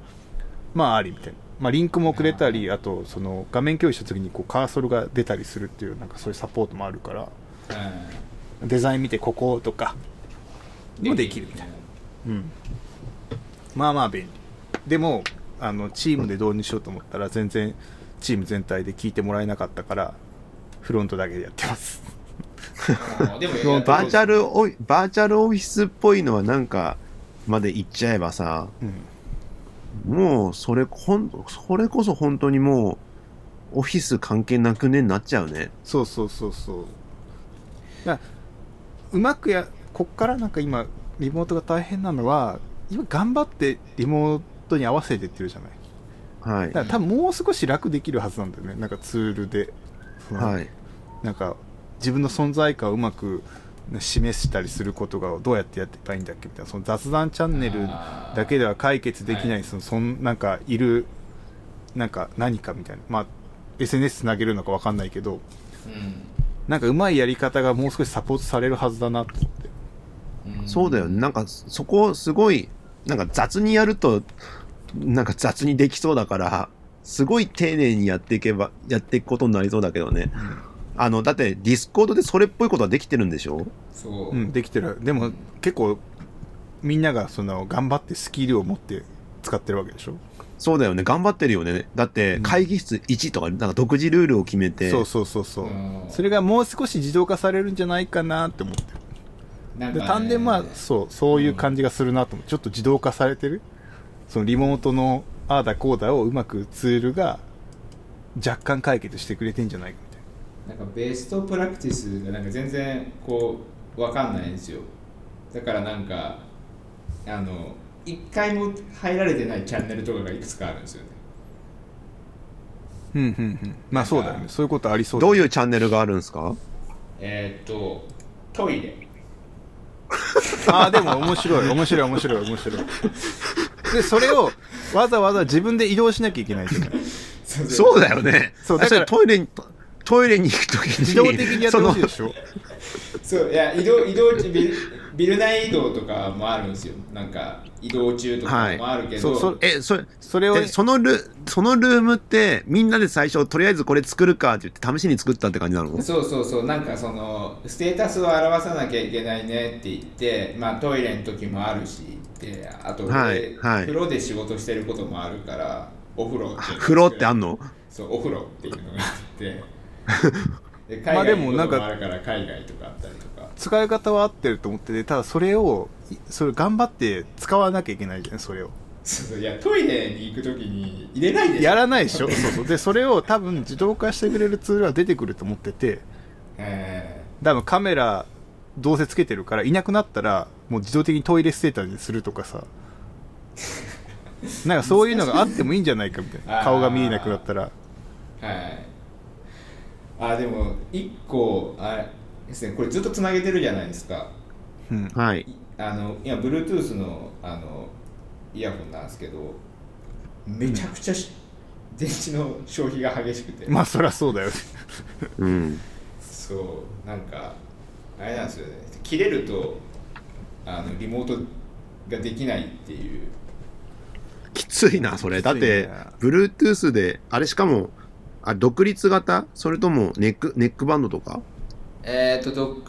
S3: まあありみたいな、まあ、リンクもくれたりあとその画面共有した時にこうカーソルが出たりするっていうなんかそういうサポートもあるから
S2: う
S3: デザイン見てこことか
S2: ん
S3: もできるみたいな、うん、まあまあ便利でもあのチームで導入しようと思ったら全然チーム全体で聞いてもらえなかったからフロントだけでやってます
S2: あーでも
S1: バーチャ
S2: ル
S1: ルオフィ、バーチャルオフィスっぽいのはなんか、まで行っちゃえばさ、
S3: うん
S1: もう、それ、ほん、それこそ本当にもう、オフィス関係なくねになっちゃうね。
S3: そうそうそうそうだからうまくやこっからなんか今リモートが大変なのは今頑張ってリモートに合わせてってるじゃない
S1: はい
S3: だか。ら多分もう少し楽できるはずなんだよねなんかツールで、その
S1: はい。
S3: なんか自分の存在感をうまくね示したりすることがどうやってやってばいいんだっけみたいなその雑談チャンネルだけでは解決できない、
S2: はい
S3: そのそんなんかいるなんか何かみたいなまあ SNS つなげるのか分かんないけどなんかうまいやり方がもう少しサポートされるはずだなと思って
S1: そうだよね。なんか、そこをすごい、なんか雑にやると、なんか雑にできそうだから、すごい丁寧にやっていけば、やっていくことになりそうだけどね。あの、だって、ディスコードでそれっぽいことはできてるんでしょ
S2: そう、
S3: うんできてるでも結構みんながその頑張ってスキルを持って使ってるわけでしょ
S1: そうだよね。頑張ってるよね。だって
S3: う、ん
S1: 会議室1とか、なんか独自ルールを決めて、
S3: そうそうそうそう
S2: うん
S3: それがもう少し自動化されるんじゃないかなって思ってる
S2: なんか
S3: で
S2: ね
S3: 単ンはそうそういう感じがするなと思うちょっと自動化されてるそのリモートのああだこうだをうまくツールが若干解決してくれてんじゃないかみたいな
S2: なんかベストプラクティスがなんか全然こうわかんないんですよだからなんかあの一回も入られてないチャンネルとかがいくつかあるんですよね
S3: うんうんうんまあそうだよねそういうことありそうだ
S1: どう
S3: よね
S1: いうチャンネルがあるんですか
S2: えーっとトイレ
S3: ああ、でも面白い、面白い、面白い、面白い。で、それをわざわざ自分で移動しなきゃいけないじゃない。
S2: う
S1: そうだよね。
S3: そう
S1: だ
S3: だ
S1: か
S3: からら
S1: トイレに、トイレに行くときに、
S3: 自動的にやってほしい
S1: そ
S3: でしょ。
S2: そういや移動移動中ビルビル内移動とかもあるんですよなんか移動中とかもあるけど、
S3: はいそう
S1: のえ、それ、
S3: それを、
S1: でそのルそのルームってみんなで最初とりあえずこれ作るかって言って試しに作ったって感じなの
S2: そうそうそうなんかそのステータスを表さなきゃいけないねって言ってまあトイレの時もあるしってあと、
S1: はいはい
S2: 風呂で仕事してることもあるからお風呂っていうのが
S1: 風呂ってあんの
S2: そうお風呂っていうのがあってで
S3: まあ
S2: 海
S3: で
S2: 外に
S3: も
S2: 行くこ
S3: なん
S2: と
S3: か
S2: もあるから海外とかあったりとか
S3: 使い方は合ってると思っててただそれをいそれ頑張って使わなきゃいけないじゃんそれを
S2: そうそういやトイレに行く時に入れないでしょ
S3: やらないでしょそうそうでそれを多分自動化してくれるツールは出てくると思ってて
S2: え
S3: 多分カメラどうせつけてるからいなくなったらもう自動的にトイレステータスにするとかさなんかそういうのがあってもいいんじゃないかみたいな
S2: あー
S3: 顔が見えなくなったら
S2: えはいあでも一個あれですねこれずっとつなげてるじゃないですか
S3: うん
S1: はい
S2: い。あの今 Bluetooth のあのイヤホンなんですけどめちゃくちゃし、電池の消費が激しくて、
S3: (laughs) まあそりゃそうだよね
S1: うん。
S2: そうなんかあれなんですよね切れるとあのリモートができないっていう
S1: きついな、それ。
S3: きつい
S1: だっ
S3: ね
S1: て、Bluetooth で、あれしかも、あ独立型それともネック、ネックバンドとか
S2: えっ、と独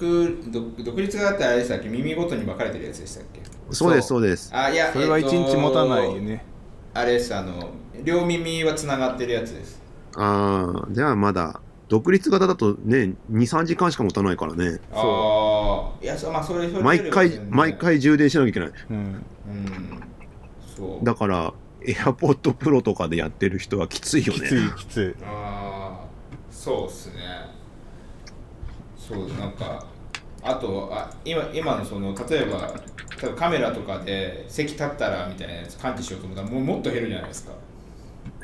S2: 独独立があってあれでしたっけ耳ごとに分かれてるやつでしたっけ
S1: そうです、
S3: そ
S1: そうです。
S2: あいや
S3: それは
S2: えー
S3: 一
S2: と
S3: 日持たないよね、
S2: あれですあの両耳はつながってるやつです
S1: ああ、じゃあまだ、独立型だとね、2、3時間しか持たないからね。
S2: ああいやそまあそれそれよりは
S1: 毎回
S2: 全、然
S1: 毎回充電しなきゃいけない。
S3: うん、
S2: うんそう
S1: だから、AirPod Pro とかでやってる人はきついよ
S3: きつい
S1: ね。
S3: きつ
S2: ああそうっすねそうなんかあとあ今今のその例えば例えばカメラとかで席立ったらみたいなやつ感知しようと思ったらもうもっと減るじゃないですか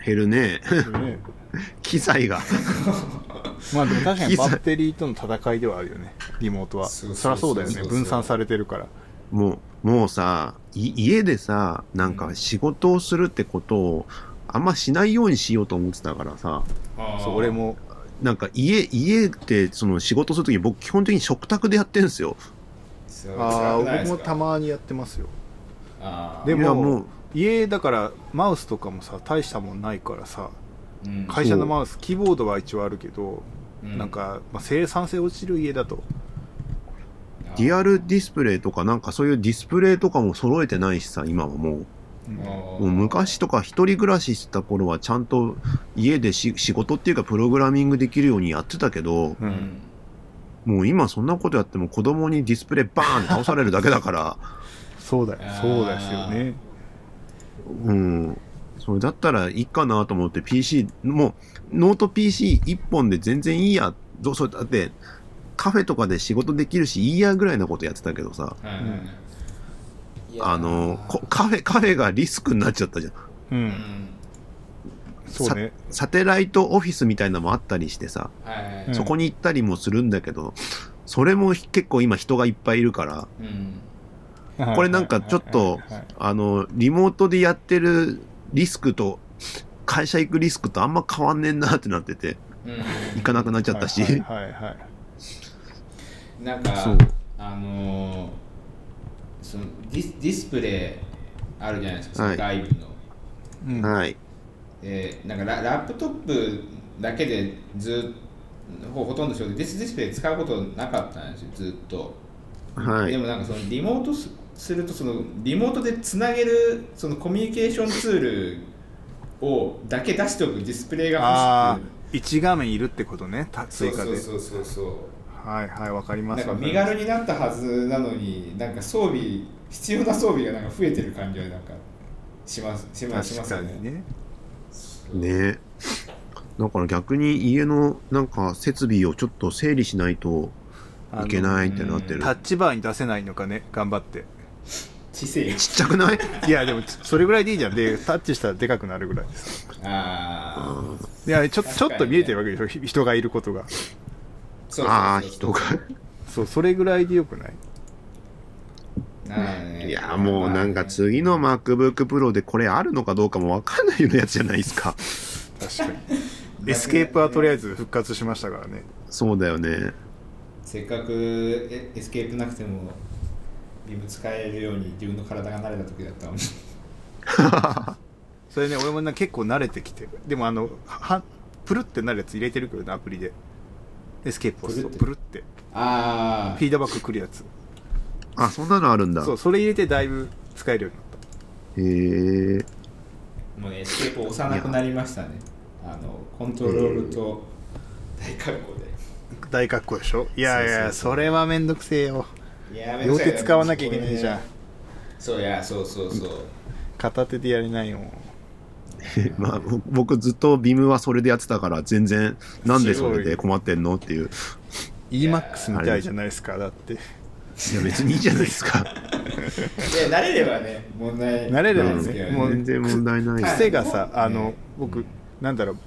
S1: 減るね。 (laughs)
S3: い、ね、
S1: 機材が。
S3: (laughs) まあでも確かにバッテリーとの戦いではあるよねリモートは
S2: そ
S3: そうりゃそうだよ
S2: そ
S3: ね
S2: うそうそう
S3: 分散されてるから
S1: もう、もうさ、い家でさ、なんか仕事をするってことを、あんましないようにしようと思ってたからさ、
S2: あー
S3: そう俺も
S1: なんか家、家ってその仕事するとき僕基本的に食卓でやってるんですよ。
S2: そう
S3: あ
S2: 辛
S3: あ
S2: くないで
S3: 僕
S2: す
S3: も
S2: か
S3: たまにやってますよ
S2: あー
S3: でも
S1: いやもう、
S3: 家だからマウスとかもさ大したもんないからさ
S2: うん
S3: 会社のマウスキーボードは一応あるけど、なんか、まあ、生産性落ちる家だと
S1: リアルディスプレイとかなんかそういうディスプレイとかも揃えてないしさ、今はも
S3: うん
S2: あー
S1: う。もう昔とか一人暮らししてた頃はちゃんと家でし仕事っていうかプログラミングできるようにやってたけど、
S3: う
S2: うんん
S1: もう今そんなことやっても子供にディスプレイバーンって倒されるだけだから、 (laughs)
S3: そうだよ
S2: あー
S3: そうですよね
S1: うん。それだったらいいかなと思って PC、もうノート PC 一本で全然いいや。どうそれだってカフェとかで仕事できるしいいやぐらいなことやってたけどさ、
S2: はいはいはいいやー
S1: あの、こカフェ、カフェがリスクになっちゃったじゃん。
S3: う
S2: うんん
S3: そうね
S1: サテライトオフィスみたいなのもあったりしてさ、
S2: はいはいはい
S3: うん
S1: そこに行ったりもするんだけど、それも結構今人がいっぱいいるから、
S2: うん
S1: これなんかちょっと
S3: はいはいはい
S1: あの、リモートでやってるリスクと、会社行くリスクとあんま変わんねんなってなってて、
S2: うん
S1: 行かなくなっちゃったし。
S3: はいはいはい
S2: なんか
S1: そう
S2: あのーそのディスディスプレイあるじゃないですか、
S1: はい
S2: 外部の、
S3: うん
S1: (laughs) はい。
S2: えーなんかララップトップだけでずっほほとんど仕事でディスディスプレイ使うことなかったんですよずっと、
S1: は
S2: で
S1: い。
S2: もなんかそのリモートすするとそのリモートでつなげるそのコミュニケーションツールをだけ出しておくディスプレイが
S3: ああ
S2: 欲しくて
S3: 一画面いるってことねた
S2: そ
S3: 追
S2: う
S3: 加
S2: そう
S3: で
S2: そうそうそう
S3: はいはいわかりま
S2: な
S3: す
S2: んか
S3: わかり
S2: 身
S3: ます
S2: 軽になったはずなのになんか装備必要な装備がなんか増えてる感じはなんかしますしますしま
S3: 確
S2: す
S3: か
S2: よね
S3: にね
S1: ねだから逆に家のなんか設備をちょっと整理しないと
S3: あの
S1: いけないってなってる。
S3: タッ
S1: ち
S3: チバーに出せないのかね頑張って
S2: 知性
S1: っちゃくない
S3: いやでもちそれぐらいでいいじゃんでタッチしたらでかくなるぐらいです
S2: ああ
S3: いやちょち
S2: 確か
S3: ょ
S2: にね
S3: っと見えてるわけでしょひ人がいることが
S2: そうそうそうそう
S1: ああ、人が。
S3: そうそれぐらいでよくない
S2: なあね
S1: いや、もうなんか次の MacBook Pro でこれあるのかどうかもわかんないようなやつじゃないですか。
S3: 確かに (laughs) エスケープはとりあえず復活しましたからね
S1: そうだよね。
S2: せっかくエエスケープなくてもビム使えるように自分の体が慣れた時だったのに (laughs)
S3: それね俺もな結構慣れてきてるでもあのはプルってなるやつ入れてるけどねアプリでエスケープをするとプ
S2: プ
S3: ル
S2: ル
S3: って
S2: あ
S3: フ
S2: あ
S3: ィードバックくるやつ
S1: あ、そんなのあるんだ。
S3: そうそれ入れてだいぶ使えるようになった
S1: へえ。
S2: もうエスケープを押さなくなりましたねあのコントロールと大括弧で
S3: 大格好でしょいや
S2: そ
S3: い
S2: うそう
S3: や
S2: そう
S3: それはめんどくせえよ
S2: いや
S3: 両手使わなきゃいけないじゃん
S2: そういやそうそうそう
S3: 片手でやれないよ
S1: (laughs) まあ、ぼ僕ずっとビームはそれでやってたから、全然、なんでそれで困ってんのっていう。
S3: EMAX みたいじゃないですかだって
S1: いや、別にいいじゃないですか。
S2: で慣れればね問題
S3: 慣れれば
S2: ないですけど
S3: ねもう
S1: 全然問題ない。
S3: 癖がさあ
S2: う
S3: の僕
S2: ん
S3: なんだろう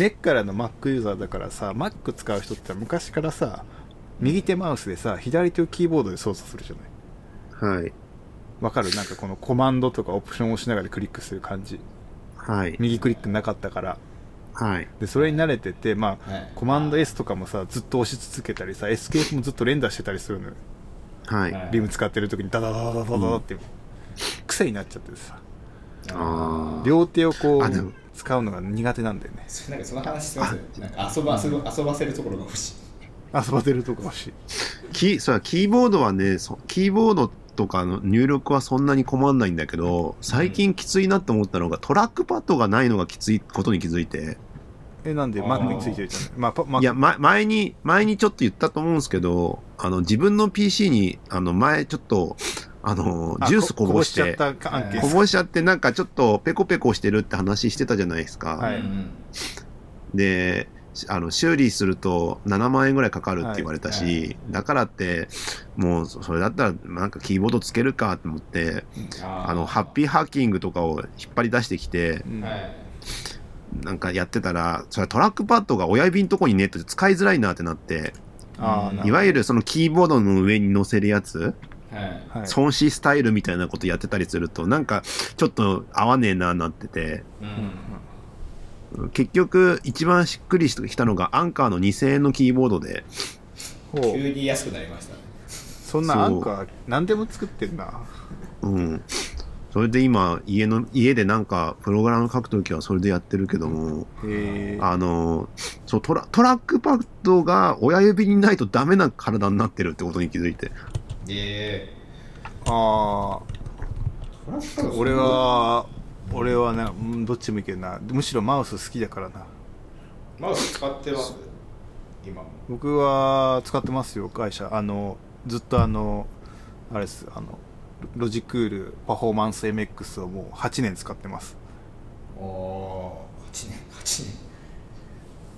S3: 根っからの Mac ユーザーだからさ Mac 使う人って昔からさ右手マウスでさ左手をキーボードで操作するじゃない
S1: はい。
S3: わかるなんかこのコマンドとかオプションを押しながらクリックする感じ
S1: はい。
S3: 右クリックなかったから
S1: はい。
S3: でそれに慣れててまあ、
S2: はい
S3: コマンド S とかもさずっと押し続けたりさエスケープもずっと連打してたりするのよ
S1: はい。
S2: はい
S3: ビーム使ってる時にダダダダダダダって、癖になっちゃってさ
S1: あー
S3: 両手をこ
S1: あでも
S3: う使うのが苦手なんだよね
S2: そなんかその話してますよねなんか遊ば遊ば遊ばせるところが欲しい
S3: 遊ばせるとこ欲しい
S1: キそうキーボードはねそキーボードとかの入力はそんなに困んないんだけど最近きついなと思ったのがトラックパッドがないのがきついことに気づいて
S3: えなんで
S2: あー
S3: Mac についてるじゃないまあパまあ
S1: いや、ま、前に前にちょっと言ったと思うんですけどあの自分の PC にあの前ちょっとあの
S3: あ
S1: ジュースこぼして
S3: こぼしちゃった案件
S1: こぼしちゃってなんかちょっとペコペコしてるって話してたじゃないですか、
S3: はい
S2: うん
S1: でしあの修理すると7万円ぐらいかかるって言われたし、
S2: はいは
S1: だからってもうそそれだったらなんかキーボードつけるかと思って
S2: あ
S1: あの、ハッピーハッキングとかを引っ張り出してきて、
S3: うん
S2: はい
S1: なんかやってたら、それはトラックパッドが親指のとこにネットで使いづらいなってなって、
S3: あーなるほど
S1: いわゆるそのキーボードの上に乗せるやつ、
S2: はい
S3: はい
S1: 損失スタイルみたいなことやってたりすると、なんかちょっと合わねえななってて、
S2: う
S3: うんうん
S2: ん
S1: 結局一番しっくりしてきたのがアンカーの2000円のキーボードで、
S3: ほう
S2: 急に安くなりましたね
S3: そんなアンカー何でも作ってんな
S1: うん。それで今、家の、家でなんか、プログラム書くときはそれでやってるけども、
S3: へえ
S1: あのそうトラトラックパッドが親指にないとダメな体になってるってことに気づいて
S2: で
S3: あー俺は俺はなうんどっちもいけるなむしろマウス好きだからな
S2: マウス使ってます今も
S3: 僕は使ってますよ会社あのずっとあのあれですあのロジクールパフォーマンス MX をもう8年使ってます
S2: おー8年8年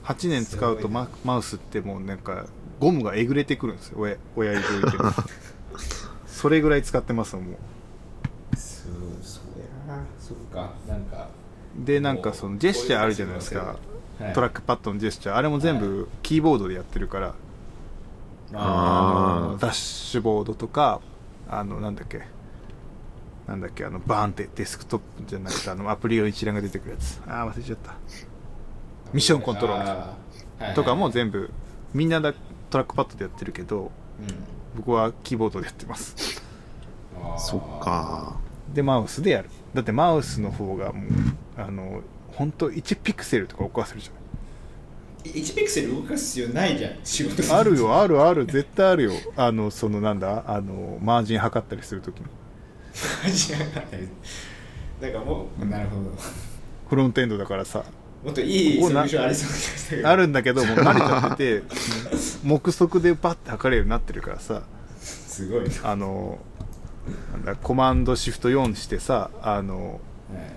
S3: 8年使う
S2: す
S3: と
S2: ごいな
S3: ママウスってもうなんかゴムがえぐれてくるんですよ親親指置いてるそれぐらい使ってますもう
S2: そうそうやそっかなんか
S3: でなんかそのジェスチャーあるじゃないですか
S2: はい
S3: トラックパッドのジェスチャーあれも全部キーボードでやってるから
S1: あー
S3: ダッシュボードとかあのなんだっけなんだっけあのバーンってデスクトップじゃなくてあのアプリの一覧が出てくるやつああ忘れちゃったミッションコントロール
S2: あーはい
S3: とかも全部みんなだトラックパッドでやってるけ
S2: う
S3: ど
S2: ん
S3: 僕はキーボードでやってます
S2: あー
S1: そっか
S3: でマウスでやるだってマウスの方がもうあの本当1ピクセルとか動かせるじゃ
S2: い1ピクセル動かす必要ないじゃん仕事する
S3: んあ
S2: (laughs)
S3: るよあるある絶対あるよあのそのなんだあのマージン測ったりするときに
S2: マジやなんかもうなるほど
S3: フロントエンドだからさ
S2: もっといい
S3: ここ
S2: ソリュ
S3: な
S2: ーションありそうな気がしたけど
S3: あるんだけどもう慣れちゃってて (laughs) 目測でバッて測れるようになってるからさ
S2: すごいな、
S3: あのなんだコマンドシフト4してさあの
S2: はい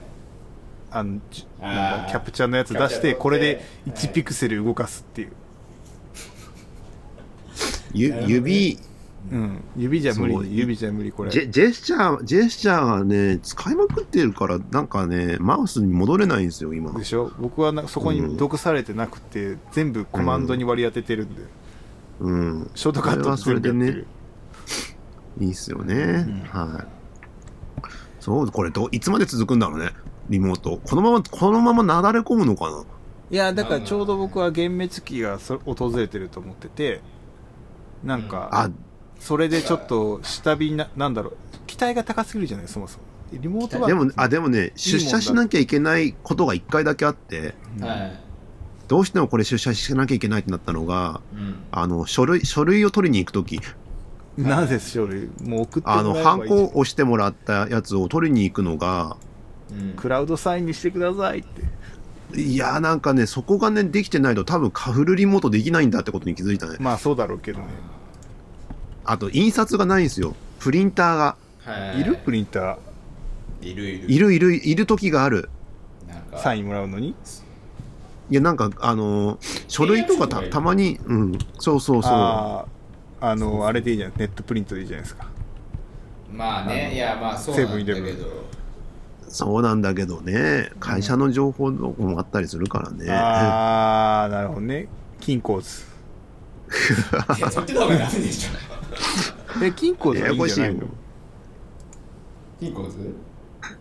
S3: あのじ
S2: あー
S3: なんだキャプチャーのやつ出
S2: キャ
S3: し
S2: プチャー取ってて
S3: これで
S2: は
S3: 1
S2: い
S3: ピクセル動かすっていう、
S1: ゆ
S2: なるほどね
S1: 指
S3: うん、指じゃ無
S1: そう
S3: 理指じゃ無理これ
S1: ジェジェスチャージェスチャーがね使いまくってるからなんかねマウスに戻れないんですよ今
S3: でしょ僕はなそこに毒されてなくて、全部コマンドに割り当ててるんで、
S1: うん
S3: ショートカット
S1: それはそれ
S3: 全
S1: で
S3: 部やっ
S1: ね
S3: てる、
S1: いいっすよね、はいそうこれどういつまで続くんだろうねリモートこのままこのままなだれ込むのかない
S3: やだからちょうど僕は幻滅期がそ訪れてると思っててなん
S1: あ
S3: かそれでちょっと下火にななんだろう期待が高すぎるじゃないそもそもリモートは
S1: でもあでもね出社しなきゃいけないことが1回だけあって
S2: はい
S1: どうしてもこれ出社しなきゃいけないってなったのが、
S2: うん、
S1: あの、書類、書類を取りに行くとき、
S3: なぜ書類もう送ってもら
S1: あ
S3: え
S1: の、
S3: ばいい
S1: ハンコを押してもらったやつを取りに行くのが、
S2: うん
S3: クラウドサインにしてくださいって
S1: いやーなんかね、そこがね、できてないと多分カフルリモートできないんだってことに気づいたね。
S3: まあそうだろうけどね。
S1: あと、印刷がないんですよ。プリンターが。
S2: はい
S3: るプリンタ
S2: いるいる
S1: いるいる、いる時がある。
S2: なんか
S3: ー、サインもらうのに。
S1: いや、なんか、あのー書類とか
S2: 契約書とかい
S1: た
S2: る
S1: たまに、うん、そうそうそう。
S3: ああ、あの、あれでいいじゃん。ネットプリントでいいじゃないですか。
S2: まあ
S3: あの
S2: ねいやまあそうなんだ
S3: セブン
S2: け
S3: イレ
S2: ど
S1: そうなんだけどね、会社の情報とかもあったりするからね。
S3: ああ、なるほどね。金庫図。
S2: いや取ってた方がダメでしょ
S3: え、金庫図はいいんじゃない
S1: (laughs) や
S3: の
S1: やこ
S2: ピンコーズ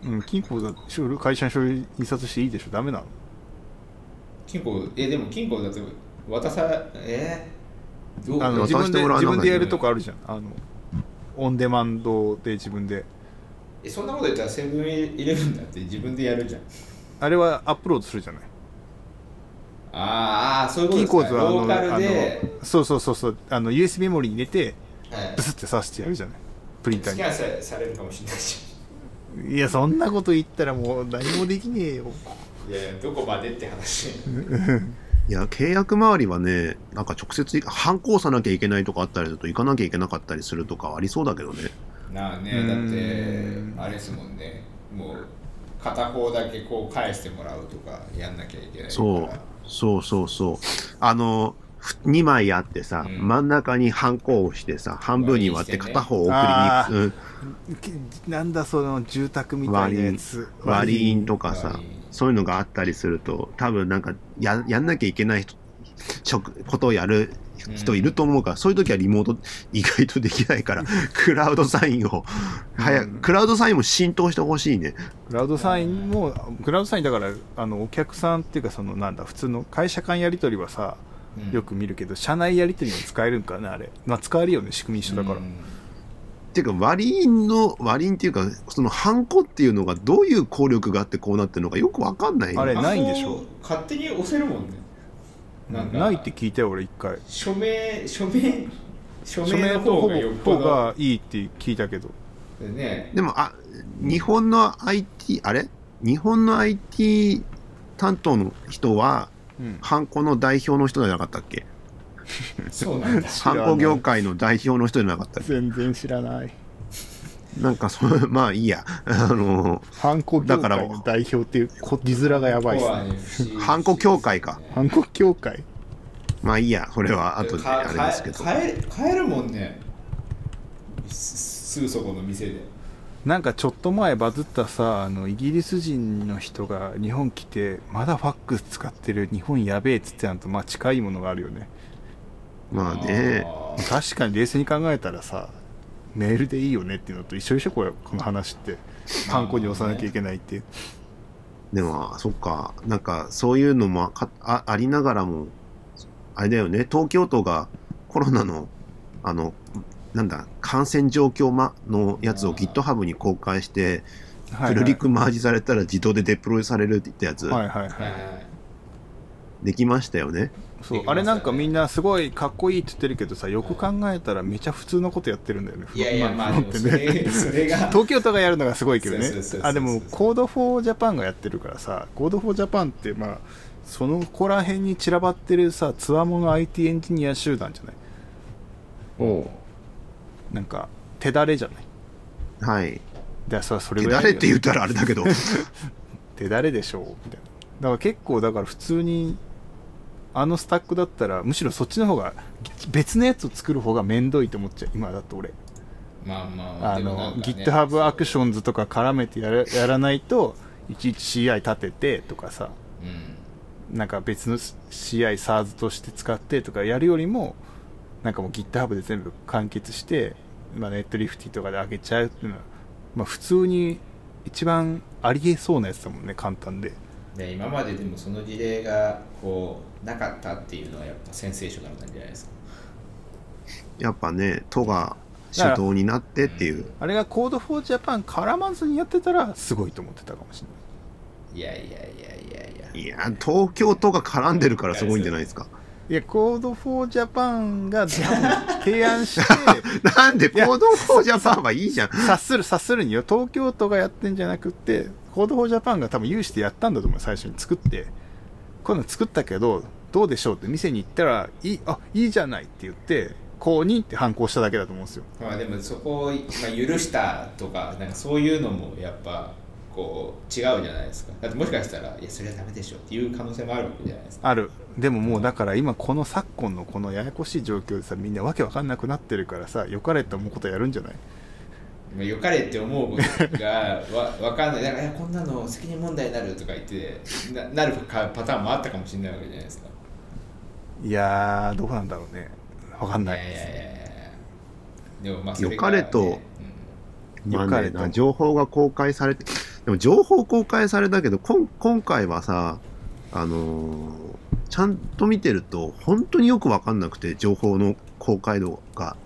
S3: うん、金庫図書類会社の書類印刷していいでしょ。ダメなの
S2: 金庫えでも金庫だと渡さえー、どう
S3: あの自
S1: 渡
S3: 分
S1: して
S3: で
S1: もらわな
S3: 自
S1: い
S3: 分でやるとこあるじゃん。あの、オンデマンドで自分で。
S2: えそんなこと言ったらセブンイレブンだって自分でやるじゃん
S3: あれはアップロードするじゃない。
S2: あーあーそういう
S3: キー
S2: こ
S3: コ
S2: とです
S3: ーズ
S2: か
S3: はあ
S2: ロ
S3: の
S2: ーカルで
S3: あのそうそうそうそうあの USB メモリに入れて
S2: はい
S3: ブスって刺してやるじゃないプリンタ
S2: スキャ
S3: ー
S2: ンさされるかもしれないし
S3: にいやそんなこと言ったらもう何もできねえよ
S2: いやいやどこまでって話
S1: いや、契約周りはね、なんか直接、反抗さなきゃいけないとかあったりすると、行かなきゃいけなかったりするとかはありそうだけどね。
S2: なあね
S3: う
S2: だ
S3: ーん
S2: ってあれですもんねもう片方だけこう返してもらうとかやんなきゃいけないから
S1: そう、そうそうそう。あの、2枚あってさ、
S2: うん
S1: 真ん中にハンコを押してさ、半分に割って
S2: 割りにしてね
S1: 片方を送りに行く、うん
S3: きなんだその住宅みたいなやつ
S1: 割り印
S3: と
S1: とかさ
S2: 割り印、
S1: そういうのがあったりすると、多分なんかや、やんなきゃいけない人、職、ことをやる人いると思うから、そういう時はリモート意外とできない
S2: (laughs)
S1: から、クラウドサインを、早く、クラウドサインも浸透してほしいね。
S3: クラウドサインもクラウドサインだからあのお客さんっていうかそのなんだ普通の会社間やり取りはさ
S2: うん
S3: よく見るけど社内やり取りにも使えるんかなあれまあ使えるよね仕組み一緒だから、
S2: うん
S1: ていうか割り印の割り印っていうかそのハンコっていうのがどういう効力があってこうなってるのかよくわかんないよ
S3: あれないんでしょ
S2: あそう勝手に押せるもんねんか
S3: ないって聞いたよ俺一回
S2: 署名署名署
S3: 署
S2: 名
S3: 名
S2: の
S3: の
S2: 方
S3: 方
S2: がよっぽ
S3: 方
S2: ど
S3: がいいって聞いたけど
S2: ね
S1: でもあ日本の IT あれ日本の IT 担当の人は
S3: うん
S1: ハンコの代表の人じゃなかったっけ
S2: そう
S3: (laughs)
S2: なんだ
S1: ハンコ業界の代表の人じゃなかったっ
S3: 全然知らない
S1: けなんかそのまあいいやあの
S3: ハンコ業界の代表っていうこ字面がやばいですね
S2: すね
S1: ハンコ協会か
S3: ハンコ協会
S1: まあいいやそれは後であれですけど
S2: 買え買えるもんねすすぐそこの店で
S3: なんかちょっと前バズったさあのイギリス人の人が日本来てまだファックス使ってる日本やべえっつってたのとまあ近いものがあるよね
S1: まあね
S2: あー
S3: 確かに冷静に考えたらさメールでいいよねっていうのと一緒でしょこれこの話ってハンコに押さなきゃいけないっていう
S1: でも、そっか、なんか、そういうのもかあありながらも、あれだよね、東京都がコロナの、あの、なんだ、感染状況まのやつを GitHub に公開して、
S3: は
S1: フ
S3: い
S1: ルリクマージされたら自動でデプロイされるって言ったやつ、
S3: はい
S2: は
S3: はいはいい
S2: はい
S1: できましたよね。
S2: で
S3: そう
S2: きますよね
S3: あれなんかみんなすごいかっこいいって言ってるけどさよく考えたらめちゃ普通のことやってるんだよね
S2: いやいや、
S3: 今
S2: まあ、でもそれそれ (laughs) が、
S3: 東京都がやるのがすごいけどね
S2: そうそうそうそう
S3: あでもコードフォージャパンがやってるからさコードフォージャパンってまあそのこら辺に散らばってるさつわもの IT エンジニア集団じゃないなんか手だれじゃない
S1: はい。
S3: でさそれ
S1: 手
S3: ぐらい
S1: だれ
S3: だ
S1: っ
S3: よ
S1: て言ったらあれだけど、 (laughs)
S3: 手だれでしょうみたいなだから結構だから普通にあのスタックだったらむしろそっちの方が別のやつを作る方が面倒いと思っちゃう今だって俺
S2: まあまあ、
S3: あ
S2: でもな
S3: の、
S2: んかね
S3: GitHub アクションズとか絡めてやらやらないといちいち CI 立ててとかさ
S2: うん
S3: なんか別の CI サーズとして使ってとかやるよりもなんかもう GitHub で全部完結して、まあ、Netlifty とかで上げちゃうっていうのは、まあ、普通に一番ありえそうなやつだもんね簡単で
S2: で今まででもその事例がこうなかったっていうのはやっぱセンセーショナルなんじゃないですか。
S1: やっぱね、都が主導になってっていう。
S3: あれが Code4Japan 絡まずにやってたらすごいと思ってたかもしれな
S2: い
S3: い
S2: やいやいやいやいや。
S1: いや、東京都が絡んでるからすごいんじゃないですか。
S3: いや Code4Japan が多分提案して
S1: なんで、行動法ジャパンはいいじゃん。
S3: 察する察するによ東京都がやってんじゃなくて Code4Japan が多分有志でやったんだと思う最初に作ってこういうの作ったけどどうでしょうって店に行ったらいいあいいじゃないって言って公認って反抗しただけだと思うんですよ
S2: まあでもそこを、まあ、許したとかなんかそういうのもやっぱこう違うじゃないですかだってもしかしたらいやそれはダメでしょっていう可能性もあるわけじゃないですか
S3: あるでももうだから今この昨今のこのややこしい状況でさみんなわけわかんなくなってるからさよかれと思うことやるんじゃない
S2: まあ良かれって思うことがわ分かんないだからいやこんなの責任問題になるとか言ってななるかパターンもあったかもしれないわけじゃないですか
S3: いやーどうなんだろうねわかんない
S2: やいやいやいやいやでもまあ
S1: 良かれと
S2: そがね
S1: まあ
S3: よか
S1: ね
S3: れと
S1: な情報が公開されて、でも情報公開されたけど、こん今回はさ、あのーちゃんと見てると、本当によくわかんなくて、情報の公開度が。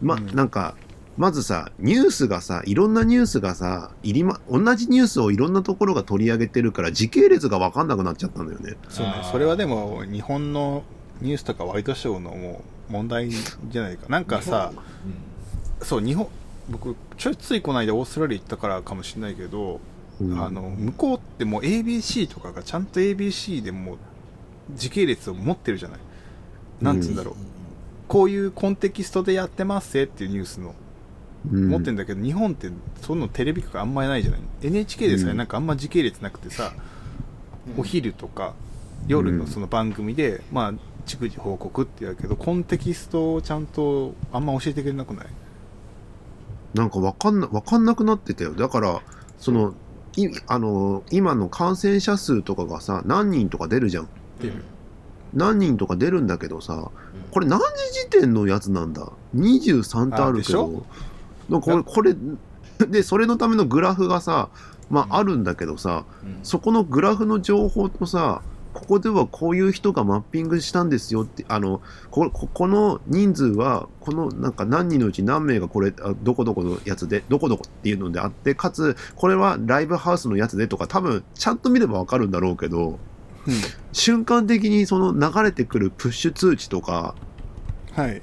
S1: ま、
S3: うん
S1: なんか、まずさ、ニュースがさ、いろんなニュースがさ、入りま、同じニュースをいろんなところが取り上げてるから、時系列がわかんなくなっちゃったんだよね。
S3: そうね
S2: あー
S3: それはでも日本のニュースとかワイドショーのもう問題じゃないかなんかさ
S2: うん
S3: そう日本僕ちょいついこの間オーストラリア行ったからかもしれないけど、
S1: うん
S3: あの向こうってもう ABC とかがちゃんと ABC でもう時系列を持ってるじゃないなんつうんだろう、こういうコンテキストでやってますぜっていうニュースの
S1: うん
S3: 持ってんだけど、日本ってそのテレビ局あんまりないじゃない NHK でさえ、
S1: うん
S3: なんかあんま時系列なくてさ、
S2: うん
S3: お昼とか夜
S1: う
S3: の
S1: ん
S3: その番組で、まあ逐次報告ってやるけどコンテキストをちゃんとあんま教えてくれなくない
S1: なんかわかんな、わかんなくなってたよ。だから、その、いあの、今の感染者数とかがさ、何人とか出るじゃん。
S2: うん
S1: 何人とか出るんだけどさ、
S2: うん
S1: これ何時時点のやつなんだ ?23 ってあるけ
S3: あで
S1: ど、なんかこれ、これ、で、それのためのグラフがさ、まああるんだけどさ、
S2: うん
S1: そこのグラフの情報とさ、ここではこういう人がマッピングしたんですよって、あの、こここの人数は、このなんか何人のうち何名がこれ、あどこどこのやつで、どこどこっていうのであって、かつ、これはライブハウスのやつでとか、多分、ちゃんと見ればわかるんだろうけど、瞬間的にその流れてくるプッシュ通知とか、
S3: はい
S2: はい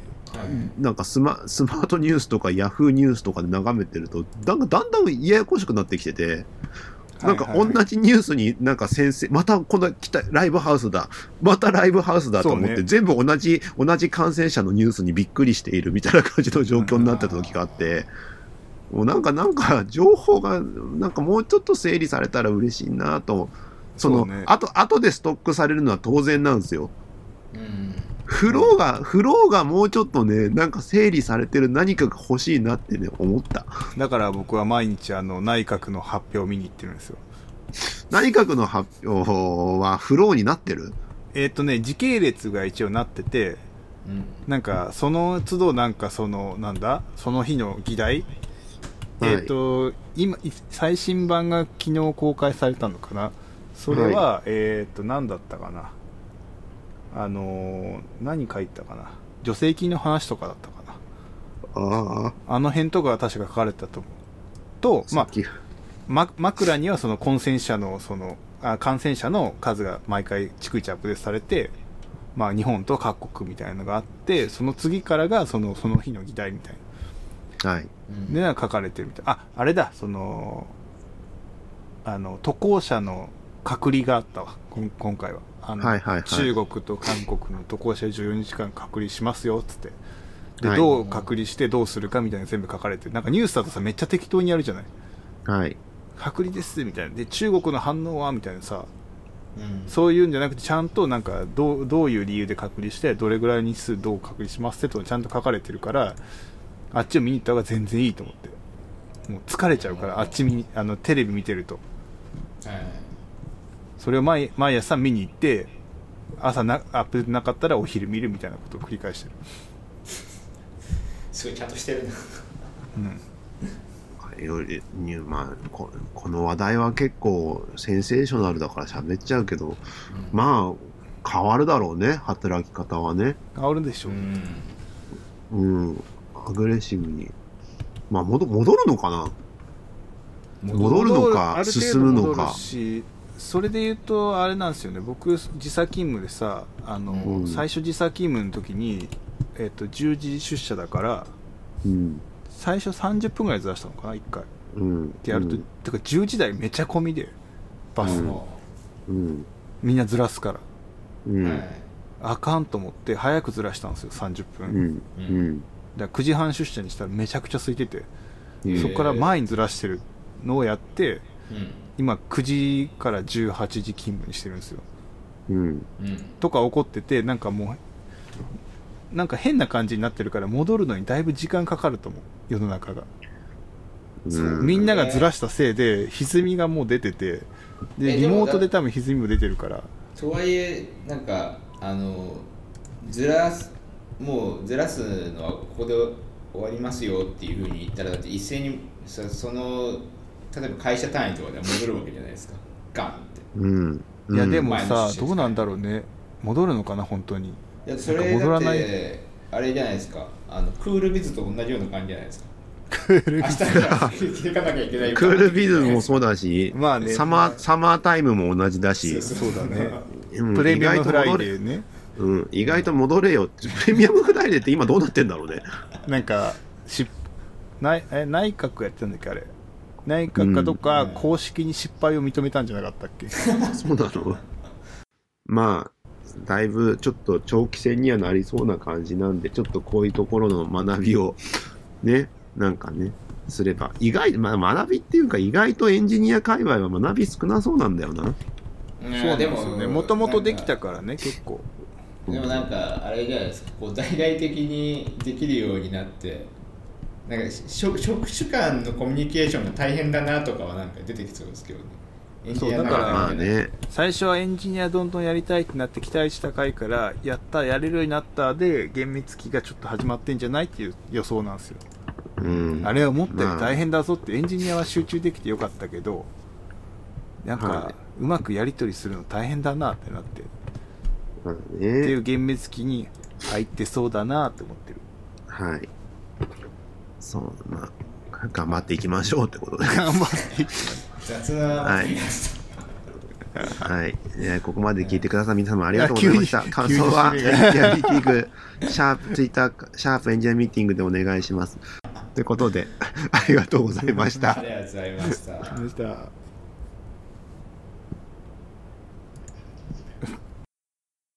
S1: なんかスマスマートニュースとかヤフーニュースとかで眺めてると、なんかだんだんややこしくなってきてて、なんか同じニュースになんか先生、またこの来たライブハウスだ、またライブハウスだと思っ
S3: そう
S1: て、
S3: ね
S1: 全部同じ、同じ感染者のニュースにびっくりしているみたいな感じの状況になってた時があって、もうなんかなんか情報が、なんかもうちょっと整理されたら嬉しいなと、その、
S3: そうね
S1: あと、あとでストックされるのは当然なんですよ。
S2: うん
S1: フローが、フローがもうちょっとね、なんか整理されてる何かが欲しいなってね、思った。
S3: だから僕は毎日あの内閣の発表を見に行ってるんですよ
S1: 内閣の発表はフローになってる
S3: えっ、とね時系列が一応なってて
S2: うん
S3: なんかその都度なんかそのなんだその日の議題、
S1: はい
S3: えっ、と今い最新版が昨日公開されたのかなそれは、えっ、と何だったかなあのー何書いたかな助成金の話とかだったかな
S1: ああ、
S3: あの辺とかが確か書かれてたと思うと、ま
S1: ま
S3: あ、ま、枕にはその感染者の、その、あ感染者の数が毎回逐一アップデートされて、まあ日本と各国みたいなのがあって、その次からがその、その日の議題みたい
S1: あ、はい。
S2: うん
S3: な。で、なんか書かれてるみたい。あ、あれだ、その、あの、渡航者の隔離があったわ、こん今回は。あの、
S1: はいはいはい
S3: 中国と韓国の渡航者14日間隔離しますよ、つって。で、
S1: はい
S3: どう隔離してどうするかみたいなの全部書かれてる。なんかニュースだとさ、めっちゃ適当にやるじゃない
S1: はい。
S3: 隔離ですみたいなで中国の反応はみたいなさ
S2: うん
S3: そういうんじゃなくてちゃんとなんかどうどういう理由で隔離してどれぐらい日数どう隔離しますってとかちゃんと書かれてるからあっちを見に行った方が全然いいと思ってもう疲れちゃうからあっち見にあのテレビ見てると
S2: はい
S3: それを毎毎朝見に行って朝なアップデートなかったらお昼見るみたいなことを繰り返してる、
S2: すごいちゃんとしてるな
S3: うん、
S1: よりにまあこ、この話題は結構センセーショナルだから喋っちゃうけど、まあ、変わるだろうね、働き方はね。
S3: 煽るでしょ、
S2: う
S1: う
S2: ん
S1: ん。アグレッシブに。まあ、戻戻るのかな戻るのか
S3: ある程度
S1: 進むのか
S3: 戻るしそれで言うとあれなんですよね僕時差勤務でさあの、
S1: うん
S3: 最初時差勤務の時に、えっと10時出社だから
S1: うん。
S3: 最初30分ぐらいずらしたのかな1回っ
S1: うん。って
S3: やると、
S1: うん
S3: てか10時台めちゃ混みでバス、
S1: うん
S2: も
S1: うん。
S3: みんなずらすから
S1: うん、
S2: はい
S3: あかんと思って早くずらしたんですよ30分、
S1: う
S3: だか
S1: ん、うん、
S3: ら9時半出社にしたらめちゃくちゃ空いてて、
S1: うん
S3: そこから前にずらしてるのをやって今9時から18時勤務にしてるんですよ
S1: うん、
S2: うんうん
S3: とか怒っててなんかもうなんか変な感じになってるから戻るのにだいぶ時間かかると思う世の中が、
S1: うん
S3: みんながずらしたせいで歪みがもう出ててで
S2: え
S3: リ
S2: でも
S3: モートで多分歪みも出てるから
S2: とはいえなんかあのずらすもうずらすのはここで終わりますよっていうふうに言ったらだって一斉にそその例えば会社単位とかでは戻るわけじゃないですかガンって
S1: うん、うん
S3: いやでも
S2: 前の
S3: さ
S2: 出、社
S3: どうなんだろうね、戻るのかな、本当に。
S2: いやそ
S3: なん
S2: れ
S3: か戻
S2: だ
S3: ら
S2: っ
S3: ない
S2: てあれじゃないですかあのクールビズと同じような感じじゃないですか明日から切り替えなきゃいけない
S1: クールビズもそうだし、
S3: まあね
S1: サマー、サマータイムも同じだし、
S3: そうだ
S2: (laughs)
S3: ね。
S1: うん
S3: プレミアムフライ
S1: 意外と戻
S3: デ
S1: れ
S3: ーね、
S1: うん、意外と戻れよって。プレミアムフライデーって今どうなってんだろう
S3: (laughs)
S1: ね。
S3: なんかし内え、内閣やってたんだっけ、あれ。内閣かどっか、
S2: うん
S3: 公式に失敗を認めたんじゃなかったっけ。
S1: そうなのまあ、だいぶちょっと長期戦にはなりそうな感じなんで、ちょっとこういうところの学びを、ね、なんかね、すれば。意外、まあ学びっていうか意外とエンジニア界隈は学び少なそうなんだよな。
S2: うん
S3: そうなんですよね。もともとできた
S2: なん
S3: からね、結構。
S2: でもなんかあれじゃないですかこう大々的にできるようになってなんかし職職種間のコミュニケーションが大変だなとかはなんか出てきそうですけどねエンジニアの中で
S3: そうだ
S1: まあね、
S3: 最初はエンジニアどんどんやりたいってなって期待値高いから、やった、やれるようになったで、厳密期がちょっと始まってんじゃないっていう予想なんですよ。
S1: うん。
S3: あれは思ったより大変だぞってエンジニアは集中できてよかったけどなん
S1: は
S3: かうまくやり取りするの大変だなってなってっ
S1: まあ
S3: ていう
S1: ね、
S3: 幻滅期に入ってそうだなって思ってる
S1: はい。そう、まあ、頑張っていきましょうって
S3: (laughs)
S1: ことで。
S3: 頑張っていき
S2: 雑な
S1: はい
S2: ポッドキャスト
S1: はい、えーここまで聞いてくださった皆様ありがとうございました。
S3: いや急に
S1: 感想は、エン
S3: 急
S1: ジ
S3: に
S1: ニアミーティング、シャープ、ツイッター、シャープエンジニアミーティングでお願 (laughs) いします。ということで、ありがとうございました
S2: あ。りがとうございました
S3: ました